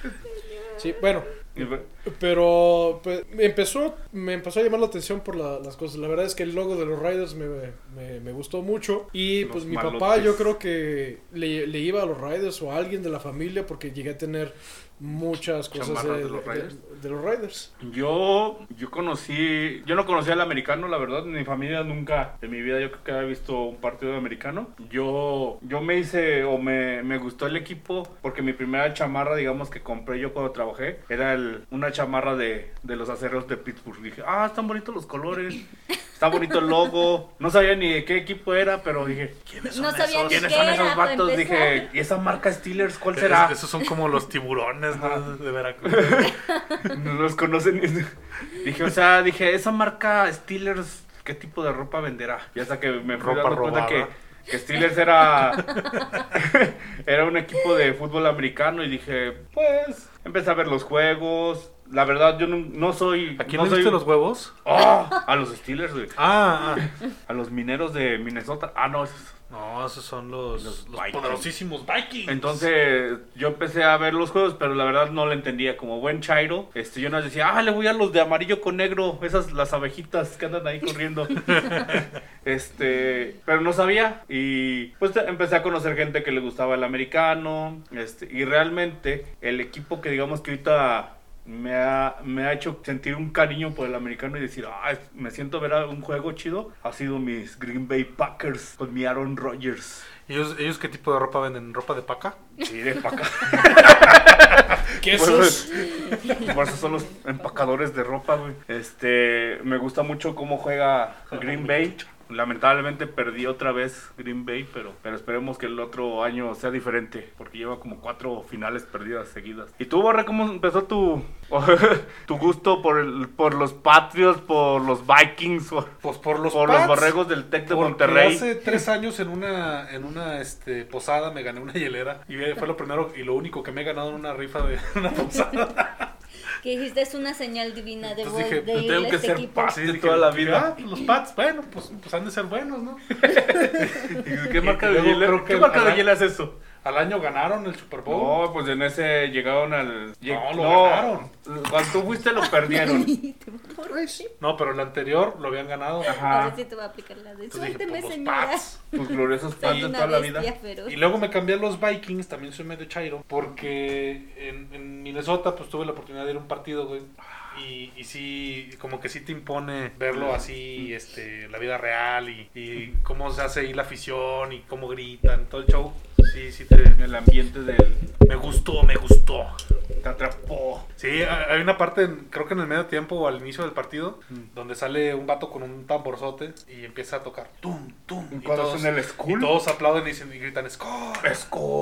Speaker 3: Sí, bueno, pero pues, me empezó me empezó a llamar la atención por la- las cosas. La verdad es que el logo de los Riders me, me- me gustó mucho. Y pues
Speaker 1: Los
Speaker 3: mi papá
Speaker 1: malotes.
Speaker 3: yo creo que le, le iba a los Riders o a alguien de la familia porque llegué a tener muchas cosas
Speaker 1: Chamarras de los Raiders.
Speaker 3: de los Raiders.
Speaker 1: Yo, yo conocí, yo no conocía al americano, la verdad, mi familia nunca en mi vida yo creo que había visto un partido de americano. Yo, yo me hice o me, me gustó el equipo porque mi primera chamarra, digamos, que compré yo cuando trabajé, era el- una chamarra de, de los aceros de Pittsburgh. Dije, ah, están bonitos los colores, está bonito el logo. No sabía ni de qué equipo era, pero dije, ¿quiénes son,
Speaker 6: No sabía
Speaker 1: esos?
Speaker 6: ni
Speaker 1: ¿Quiénes
Speaker 6: qué
Speaker 1: son
Speaker 6: era,
Speaker 1: esos
Speaker 6: para
Speaker 1: vatos?
Speaker 6: empezar.
Speaker 1: Dije, ¿y esa marca Steelers cuál
Speaker 4: Es-
Speaker 1: será?
Speaker 4: esos son como los tiburones ¿no? de Veracruz.
Speaker 1: No los conocen. ni- Dije, o sea, dije, esa marca Steelers, ¿qué tipo de ropa venderá? Y hasta que me fui
Speaker 4: Ropa
Speaker 1: dando cuenta
Speaker 4: robada.
Speaker 1: que, que Steelers era, era un equipo de fútbol americano y dije, pues, empecé a ver los juegos. La verdad, yo no, no soy...
Speaker 4: ¿A quién
Speaker 1: no
Speaker 4: le diste
Speaker 1: soy-
Speaker 4: los huevos?
Speaker 1: ¡Oh! a los Steelers, güey.
Speaker 4: Ah, ah.
Speaker 1: A los mineros de Minnesota. Ah, no, esos-
Speaker 4: No, esos son los,
Speaker 1: Los
Speaker 4: los
Speaker 1: Vikings.
Speaker 4: poderosísimos Vikings.
Speaker 1: Entonces yo empecé a ver los juegos, pero la verdad no le entendía. Como buen Chairo, este, yo no decía, ah, le voy a los de amarillo con negro, esas las abejitas que andan ahí corriendo. este, pero no sabía. Y pues te- empecé a conocer gente que le gustaba el americano. Este, y realmente el equipo que digamos que ahorita me ha, me ha hecho sentir un cariño por el americano y decir, ah, es- me siento ver a un juego chido, ha sido mis Green Bay Packers con mi Aaron Rodgers.
Speaker 4: ¿Ellos, ¿Ellos qué tipo de ropa venden? ¿Ropa de paca?
Speaker 1: Sí, de Packers. Por
Speaker 3: Quesos.
Speaker 1: eso, por eso son los empacadores de ropa, güey. Este, me gusta mucho cómo juega Green Bay. Lamentablemente perdí otra vez Green Bay, pero, pero esperemos que el otro año sea diferente, porque lleva como cuatro finales perdidas seguidas. ¿Y tú, Borre, cómo empezó tu, tu gusto por, el, por los Patriots, por los Vikings, por,
Speaker 4: Pues por los
Speaker 1: por los
Speaker 4: Pats,
Speaker 1: Borregos del Tec de
Speaker 4: porque
Speaker 1: Monterrey?
Speaker 4: Hace tres años en una, en una este, posada me gané una hielera. Y fue lo primero y lo único que me he ganado en una rifa de una posada.
Speaker 6: Que dijiste es una señal divina de,
Speaker 4: Entonces
Speaker 6: vol-
Speaker 4: dije,
Speaker 6: de
Speaker 4: pues,
Speaker 6: irle
Speaker 1: tengo
Speaker 6: a
Speaker 1: que
Speaker 6: este
Speaker 1: ser
Speaker 6: equipo.
Speaker 1: paz. De toda la vida.
Speaker 4: ah, pues los Pats, bueno, pues, pues han de ser buenos, ¿no?
Speaker 1: ¿Qué marca
Speaker 4: Y
Speaker 1: de
Speaker 4: luego
Speaker 1: hielo-
Speaker 4: creo que
Speaker 1: ¿qué marca
Speaker 4: al
Speaker 1: de
Speaker 4: año-
Speaker 1: hielo es eso?
Speaker 4: ¿Al año ganaron el Super Bowl?
Speaker 1: No, pues en ese llegaron al.
Speaker 4: No, lo ganaron.
Speaker 1: Cuando tú fuiste lo perdieron.
Speaker 6: ¿Por qué?
Speaker 4: No, pero el anterior lo habían ganado.
Speaker 6: Ahora
Speaker 1: Ajá.
Speaker 6: sí te voy a aplicar la de
Speaker 4: Entonces dije,
Speaker 6: suélteme,
Speaker 4: pues los
Speaker 6: señora.
Speaker 4: Pats.
Speaker 1: Tus gloriosos fans
Speaker 6: Soy
Speaker 1: de
Speaker 6: una
Speaker 1: toda la vida.
Speaker 6: bestia feroz.
Speaker 4: Y luego me cambié a los Vikings, también soy medio chairo, porque en, en Minnesota pues tuve la oportunidad de ir a un partido, güey. Y, y sí, como que sí te impone verlo así, este, la vida real y, y cómo se hace ahí la afición y cómo gritan, todo el show. Sí, sí, te,
Speaker 1: El ambiente del.
Speaker 4: me gustó, me gustó.
Speaker 1: Te atrapó.
Speaker 4: Sí, ha- hay una parte, en- creo que en el medio tiempo o al inicio del partido,
Speaker 1: Mm.
Speaker 4: donde sale un vato con un tamborzote y empieza a tocar. Tum, tum.
Speaker 1: Y cuando hacen el
Speaker 4: y
Speaker 1: school.
Speaker 4: todos aplauden y, dicen- y gritan, ¡Score!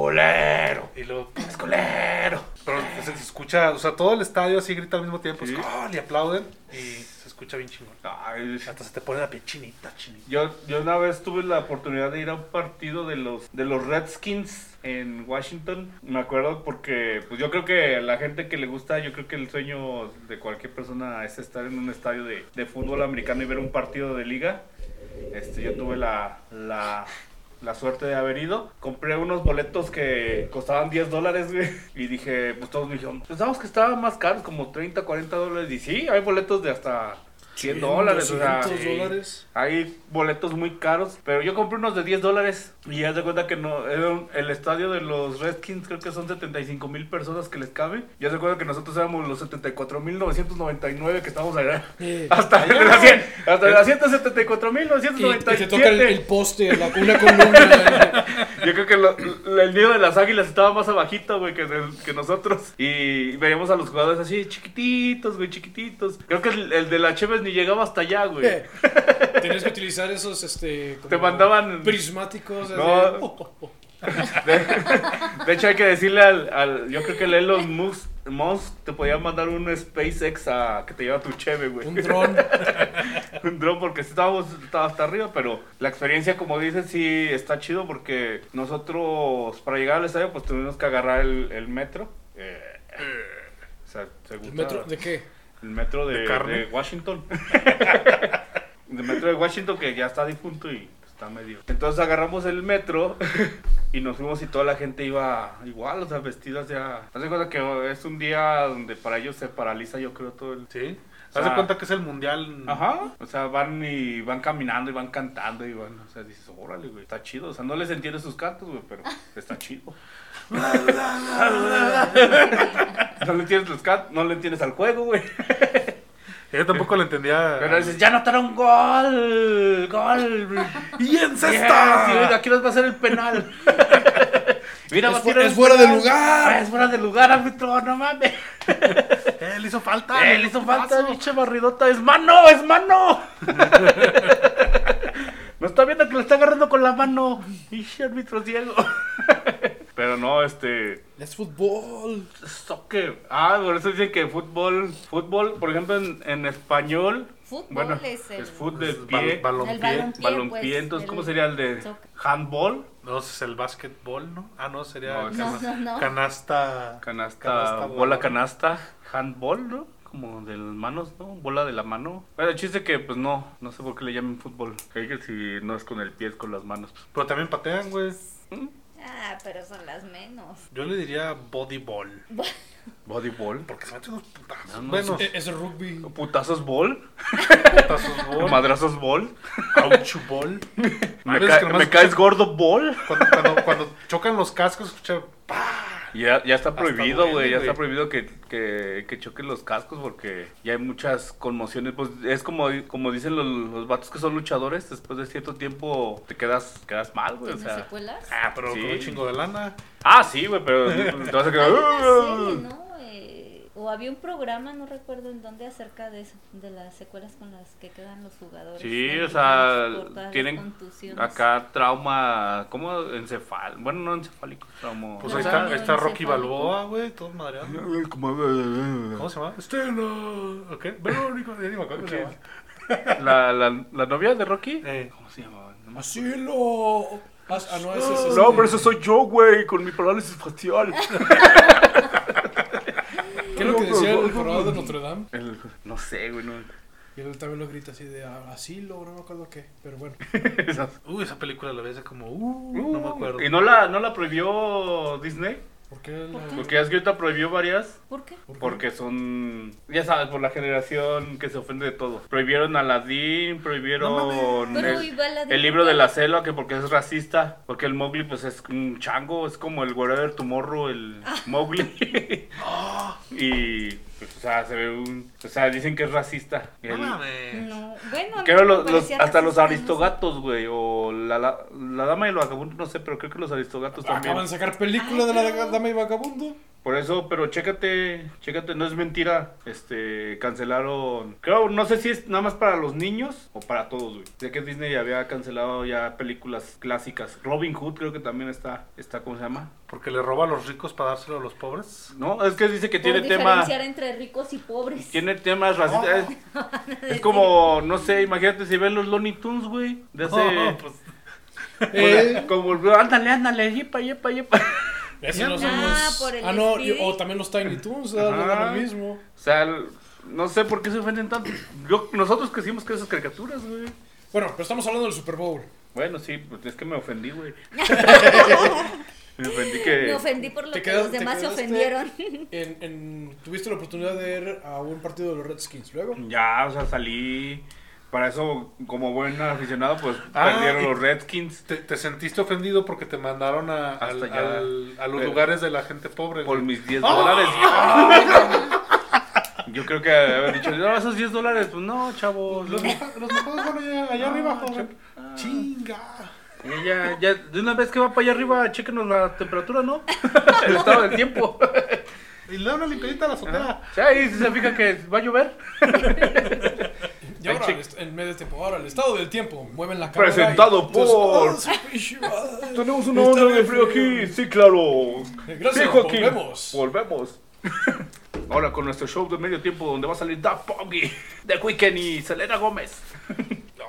Speaker 1: Escolero.
Speaker 4: Y luego, ¡Escolero! Pero se se escucha, o sea, todo el estadio así grita al mismo tiempo,
Speaker 1: Sí.
Speaker 4: ¡Score! Y aplauden y se escucha bien chingón.
Speaker 1: Ay,
Speaker 4: Hasta se te pone la piel chinita, chinita.
Speaker 1: Yo, yo una vez tuve la oportunidad de ir a un partido de los, de los Redskins en Washington. Me acuerdo porque pues yo creo que la gente que le gusta, yo creo que el sueño de cualquier persona es estar en un estadio de, de fútbol americano y ver un partido de liga. Este, yo tuve la, la, la suerte de haber ido. Compré unos boletos que costaban 10 dólares, güey. Y dije, pues todos me dijeron, pensamos que estaban más caros, como 30, 40 dólares. Y sí, hay boletos de hasta 100 dólares. o sea,
Speaker 3: 200
Speaker 1: sí.
Speaker 3: dólares.
Speaker 1: Hay boletos muy caros, pero yo compré unos de 10 dólares y ya de cuenta que no, era un- el estadio de los Redskins creo que son 75 mil personas que les cabe. Ya se acuerdan que nosotros éramos los 74 mil 999 que estábamos allá.
Speaker 3: Eh,
Speaker 1: Hasta de la 100, hasta de la 174 mil
Speaker 3: Que, que te toca el, el poste, la, una columna.
Speaker 1: Yo creo que lo- lo- el nido de las águilas estaba más abajito, güey, que, el- que nosotros. Y veíamos a los jugadores así, chiquititos, güey, chiquititos. Creo que el, el de la Cheves ni llegaba hasta allá, güey.
Speaker 3: Eh, Tenías que utilizar esos, este... como
Speaker 1: Te mandaban-
Speaker 3: Prismáticos. así.
Speaker 1: No. De, de hecho, hay que decirle al, al- Yo creo que el Elon Musk, Musk te podía mandar un SpaceX a que te lleva tu cheve, güey.
Speaker 3: Un dron.
Speaker 1: Un dron, porque sí estábamos estaba hasta arriba, pero la experiencia, como dices, sí está chido porque nosotros, para llegar al estadio, pues tuvimos que agarrar el, el metro. Eh, o sea, ¿te
Speaker 3: ¿El
Speaker 1: gusta?
Speaker 3: metro de qué?
Speaker 1: El metro de,
Speaker 4: ¿De carne?
Speaker 1: de Washington. el metro de Washington que ya está difunto y está medio. Entonces agarramos el metro y nos fuimos y toda la gente iba igual, o sea, vestidas ya. Haz de cuenta que es un día donde para ellos se paraliza, yo creo, todo el.
Speaker 4: ¿Sí?
Speaker 1: O sea,
Speaker 4: Haz de cuenta que es el mundial.
Speaker 1: Ajá. O sea, van y van caminando y van cantando y van. O sea, dices, órale, güey, está chido. O sea, no les entiendes sus cantos, güey, pero está chido. no le entiendes los cantos, no le entiendes al juego, güey.
Speaker 4: Yo tampoco lo entendía.
Speaker 1: Pero dices, ya anotaron gol, gol.
Speaker 4: ¡Y en
Speaker 1: Yes,
Speaker 4: cesta!
Speaker 1: y mira, aquí nos va a hacer el penal. Mira,
Speaker 7: Es
Speaker 1: va a
Speaker 7: fu-
Speaker 1: tirar
Speaker 7: es
Speaker 1: el
Speaker 7: fuera de
Speaker 1: penal.
Speaker 7: lugar.
Speaker 1: Ah, Es fuera de lugar, árbitro, no mames.
Speaker 4: Él hizo
Speaker 7: Ah,
Speaker 4: falta.
Speaker 1: Eh, le hizo falta, pinche barridota. Es mano, es mano. No está viendo que lo está agarrando con la mano. Pinche árbitro ciego. Pero no, este.
Speaker 3: Es fútbol.
Speaker 1: Soccer. Ah, por eso dicen que fútbol. Fútbol, por ejemplo, en, en español.
Speaker 6: Fútbol
Speaker 1: bueno,
Speaker 6: es el-
Speaker 1: es fútbol de
Speaker 4: Bal-
Speaker 1: pie.
Speaker 6: El
Speaker 4: balompié.
Speaker 6: balón. Pie,
Speaker 1: Balompié,
Speaker 6: pues,
Speaker 1: entonces,
Speaker 6: el-
Speaker 1: ¿cómo sería el de
Speaker 6: soccer.
Speaker 1: handball?
Speaker 4: No, ese es el básquetbol, ¿no? Ah, no, sería
Speaker 1: No,
Speaker 4: cana-
Speaker 6: no, no, no.
Speaker 4: canasta.
Speaker 1: Canasta,
Speaker 4: Canasta,
Speaker 1: bola
Speaker 4: balón.
Speaker 1: canasta, handball, ¿no? Como de las manos, ¿no? Bola de la mano. Pero el chiste que, pues no, no sé por qué le llaman fútbol. Creo que si no es con el pie, es con las manos.
Speaker 4: Pero también patean, güey.
Speaker 6: Ah, pero son las menos.
Speaker 4: Yo le diría bodyball.
Speaker 1: Bodyball.
Speaker 4: Porque se meten unos putazos.
Speaker 1: No, no,
Speaker 4: bueno,
Speaker 3: E- Es rugby.
Speaker 1: Putazos ball,
Speaker 4: putazos ball.
Speaker 1: madrazos ball,
Speaker 4: Ouch ball.
Speaker 1: me,
Speaker 4: veces
Speaker 1: ca-
Speaker 4: que nomás
Speaker 1: me
Speaker 4: escuchas-
Speaker 1: caes gordo ball.
Speaker 4: Cuando, cuando, cuando chocan los cascos, escucha.
Speaker 1: Ya, ya está
Speaker 4: Hasta
Speaker 1: prohibido,
Speaker 4: duele,
Speaker 1: güey, ya
Speaker 4: güey.
Speaker 1: está prohibido que, que, que choquen los cascos porque ya hay muchas conmociones. Pues es como, como dicen los, los vatos que son luchadores, después de cierto tiempo te quedas, quedas mal, güey. O
Speaker 6: ¿Tienes
Speaker 1: sea.
Speaker 6: secuelas?
Speaker 4: Ah, pero con
Speaker 1: Sí.
Speaker 4: un chingo de lana.
Speaker 1: Ah, sí, güey, pero te vas a quedar.
Speaker 6: Hay
Speaker 1: ah.
Speaker 6: una serie, ¿no? Eh, o había un programa, no recuerdo en dónde, acerca de eso, de las secuelas con las que quedan los jugadores.
Speaker 1: Sí, o
Speaker 6: americanos por todas
Speaker 1: sea,
Speaker 6: las
Speaker 1: tienen
Speaker 6: contusiones.
Speaker 1: acá trauma, ¿cómo? Encefal. Bueno, no encefálico, trauma.
Speaker 4: Pues
Speaker 6: Pero
Speaker 4: ahí
Speaker 6: no,
Speaker 4: está, ahí está
Speaker 6: no
Speaker 4: Rocky
Speaker 6: encefálico.
Speaker 4: Balboa, güey, todo madreado. ¿Cómo se llama? Estela. ¿Ok? Verónica, ya ni me acuerdo cómo se
Speaker 1: ¿Quién?
Speaker 4: llama.
Speaker 1: la, la, la novia de Rocky.
Speaker 4: Eh, Pues,
Speaker 1: ¿Cómo se llamaba? No, me acuerdo.
Speaker 3: ¡Asilo! As- Ah, no, ese es
Speaker 1: No,
Speaker 3: este-
Speaker 1: pero eso soy yo, güey, con mi parálisis facial.
Speaker 3: ¿Qué es lo que decía el jorobado de Notre Dame?
Speaker 1: El- no sé, güey, no.
Speaker 3: Y él también lo grita así de "Ah, asilo, no me acuerdo qué. Pero bueno,
Speaker 4: Uy, esa película la vi hace como. Uh,
Speaker 1: Uh,
Speaker 4: no me acuerdo.
Speaker 1: ¿Y no la, no la prohibió Disney?
Speaker 3: ¿por qué? la-
Speaker 1: Porque es que ahorita prohibió varias.
Speaker 6: ¿Por qué?
Speaker 3: por qué?
Speaker 1: Porque son, ya sabes, por la generación que se ofende de todo. Prohibieron Aladdin, prohibieron
Speaker 6: Pero
Speaker 1: el,
Speaker 6: iba la de-
Speaker 1: el libro de la selva, que porque es racista, porque el Mowgli pues es un chango, es como el Wherever Tomorrow, el Mowgli. y, pues, o sea, se ve un, o sea, dicen que es racista. Y
Speaker 4: No
Speaker 1: el-
Speaker 4: mames.
Speaker 6: No, bueno. a mí
Speaker 1: Creo
Speaker 6: me
Speaker 1: los, los-
Speaker 6: parecía
Speaker 1: hasta los
Speaker 6: racista, no sé.
Speaker 1: aristogatos, güey, o la, la, la dama y los vagabundos, no sé, pero creo que los aristogatos también.
Speaker 3: Acaban de sacar película de la
Speaker 6: Ay, no.
Speaker 3: dama y vagabundo.
Speaker 1: Por eso, pero chécate, chécate, no es mentira. Este, cancelaron. Creo, no sé si es nada más para los niños o para todos, güey. Sé que Disney había cancelado ya películas clásicas. Robin Hood creo que también está, está ¿cómo se llama?
Speaker 4: Porque le roba a los ricos para dárselo a los pobres.
Speaker 1: No, es que dice que
Speaker 6: Por
Speaker 1: tiene tema,
Speaker 6: diferenciar entre ricos y pobres.
Speaker 1: tiene temas racistas. Es, es como, no sé, imagínate si ves los Looney Tunes, güey, de hace...
Speaker 4: No, pues,
Speaker 3: Eh,
Speaker 1: Como, ándale, ándale, yepa, yepa, yepa.
Speaker 3: esos no
Speaker 6: Ah,
Speaker 3: son los-
Speaker 6: por el
Speaker 3: Ah, no,
Speaker 6: Speedy.
Speaker 3: yo- o también los Tiny Toons, ah, le
Speaker 1: Ajá.
Speaker 3: dan lo mismo.
Speaker 1: O sea, el- no sé por qué se ofenden tanto. Yo- nosotros que hicimos que esas caricaturas, güey.
Speaker 3: Bueno, pero estamos hablando del Super Bowl.
Speaker 1: Bueno, sí, pues es que me ofendí, güey. me ofendí que.
Speaker 6: Me ofendí por lo
Speaker 3: Te
Speaker 6: que
Speaker 3: quedas-
Speaker 6: los
Speaker 3: te
Speaker 6: demás se
Speaker 3: quedaste-
Speaker 6: ofendieron.
Speaker 3: En, en- tuviste la oportunidad de ir a un partido de los Redskins. Luego,
Speaker 1: Ya, o sea, salí. Para eso, como buen aficionado, pues
Speaker 4: Ah,
Speaker 1: perdieron
Speaker 4: y-
Speaker 1: los Redskins.
Speaker 4: te, te sentiste ofendido porque te mandaron a,
Speaker 1: Hasta
Speaker 4: al-
Speaker 1: ya.
Speaker 4: al- a los
Speaker 1: Pero-
Speaker 4: lugares de la gente pobre.
Speaker 1: Por
Speaker 4: güey.
Speaker 1: mis 10 dólares.
Speaker 3: ¡Ah!
Speaker 1: Yo creo que haber dicho, no, esos 10 dólares, pues no, chavos.
Speaker 4: Los, moja- los mojados van allá, allá arriba, joven. Chinga.
Speaker 1: Y Ya, ya, de una vez que va para allá arriba, chequenos la temperatura, ¿no? El estado del tiempo.
Speaker 4: Y le da una limpiadita a la azotea.
Speaker 1: O sea, ahí se fijan que va a llover.
Speaker 3: y ahora,
Speaker 1: Ay,
Speaker 3: el- en medio de este tiempo, ahora el estado del tiempo, mueven la cámara.
Speaker 1: Presentado
Speaker 3: y-
Speaker 1: por-
Speaker 3: Ah, su pinche madre.
Speaker 1: Tenemos
Speaker 3: una onda de frío aquí.
Speaker 1: sí, claro.
Speaker 3: Gracias, volvemos.
Speaker 1: Volvemos. Ahora con nuestro show de medio tiempo donde va a salir Da Poggy, The Weeknd y Selena Gómez.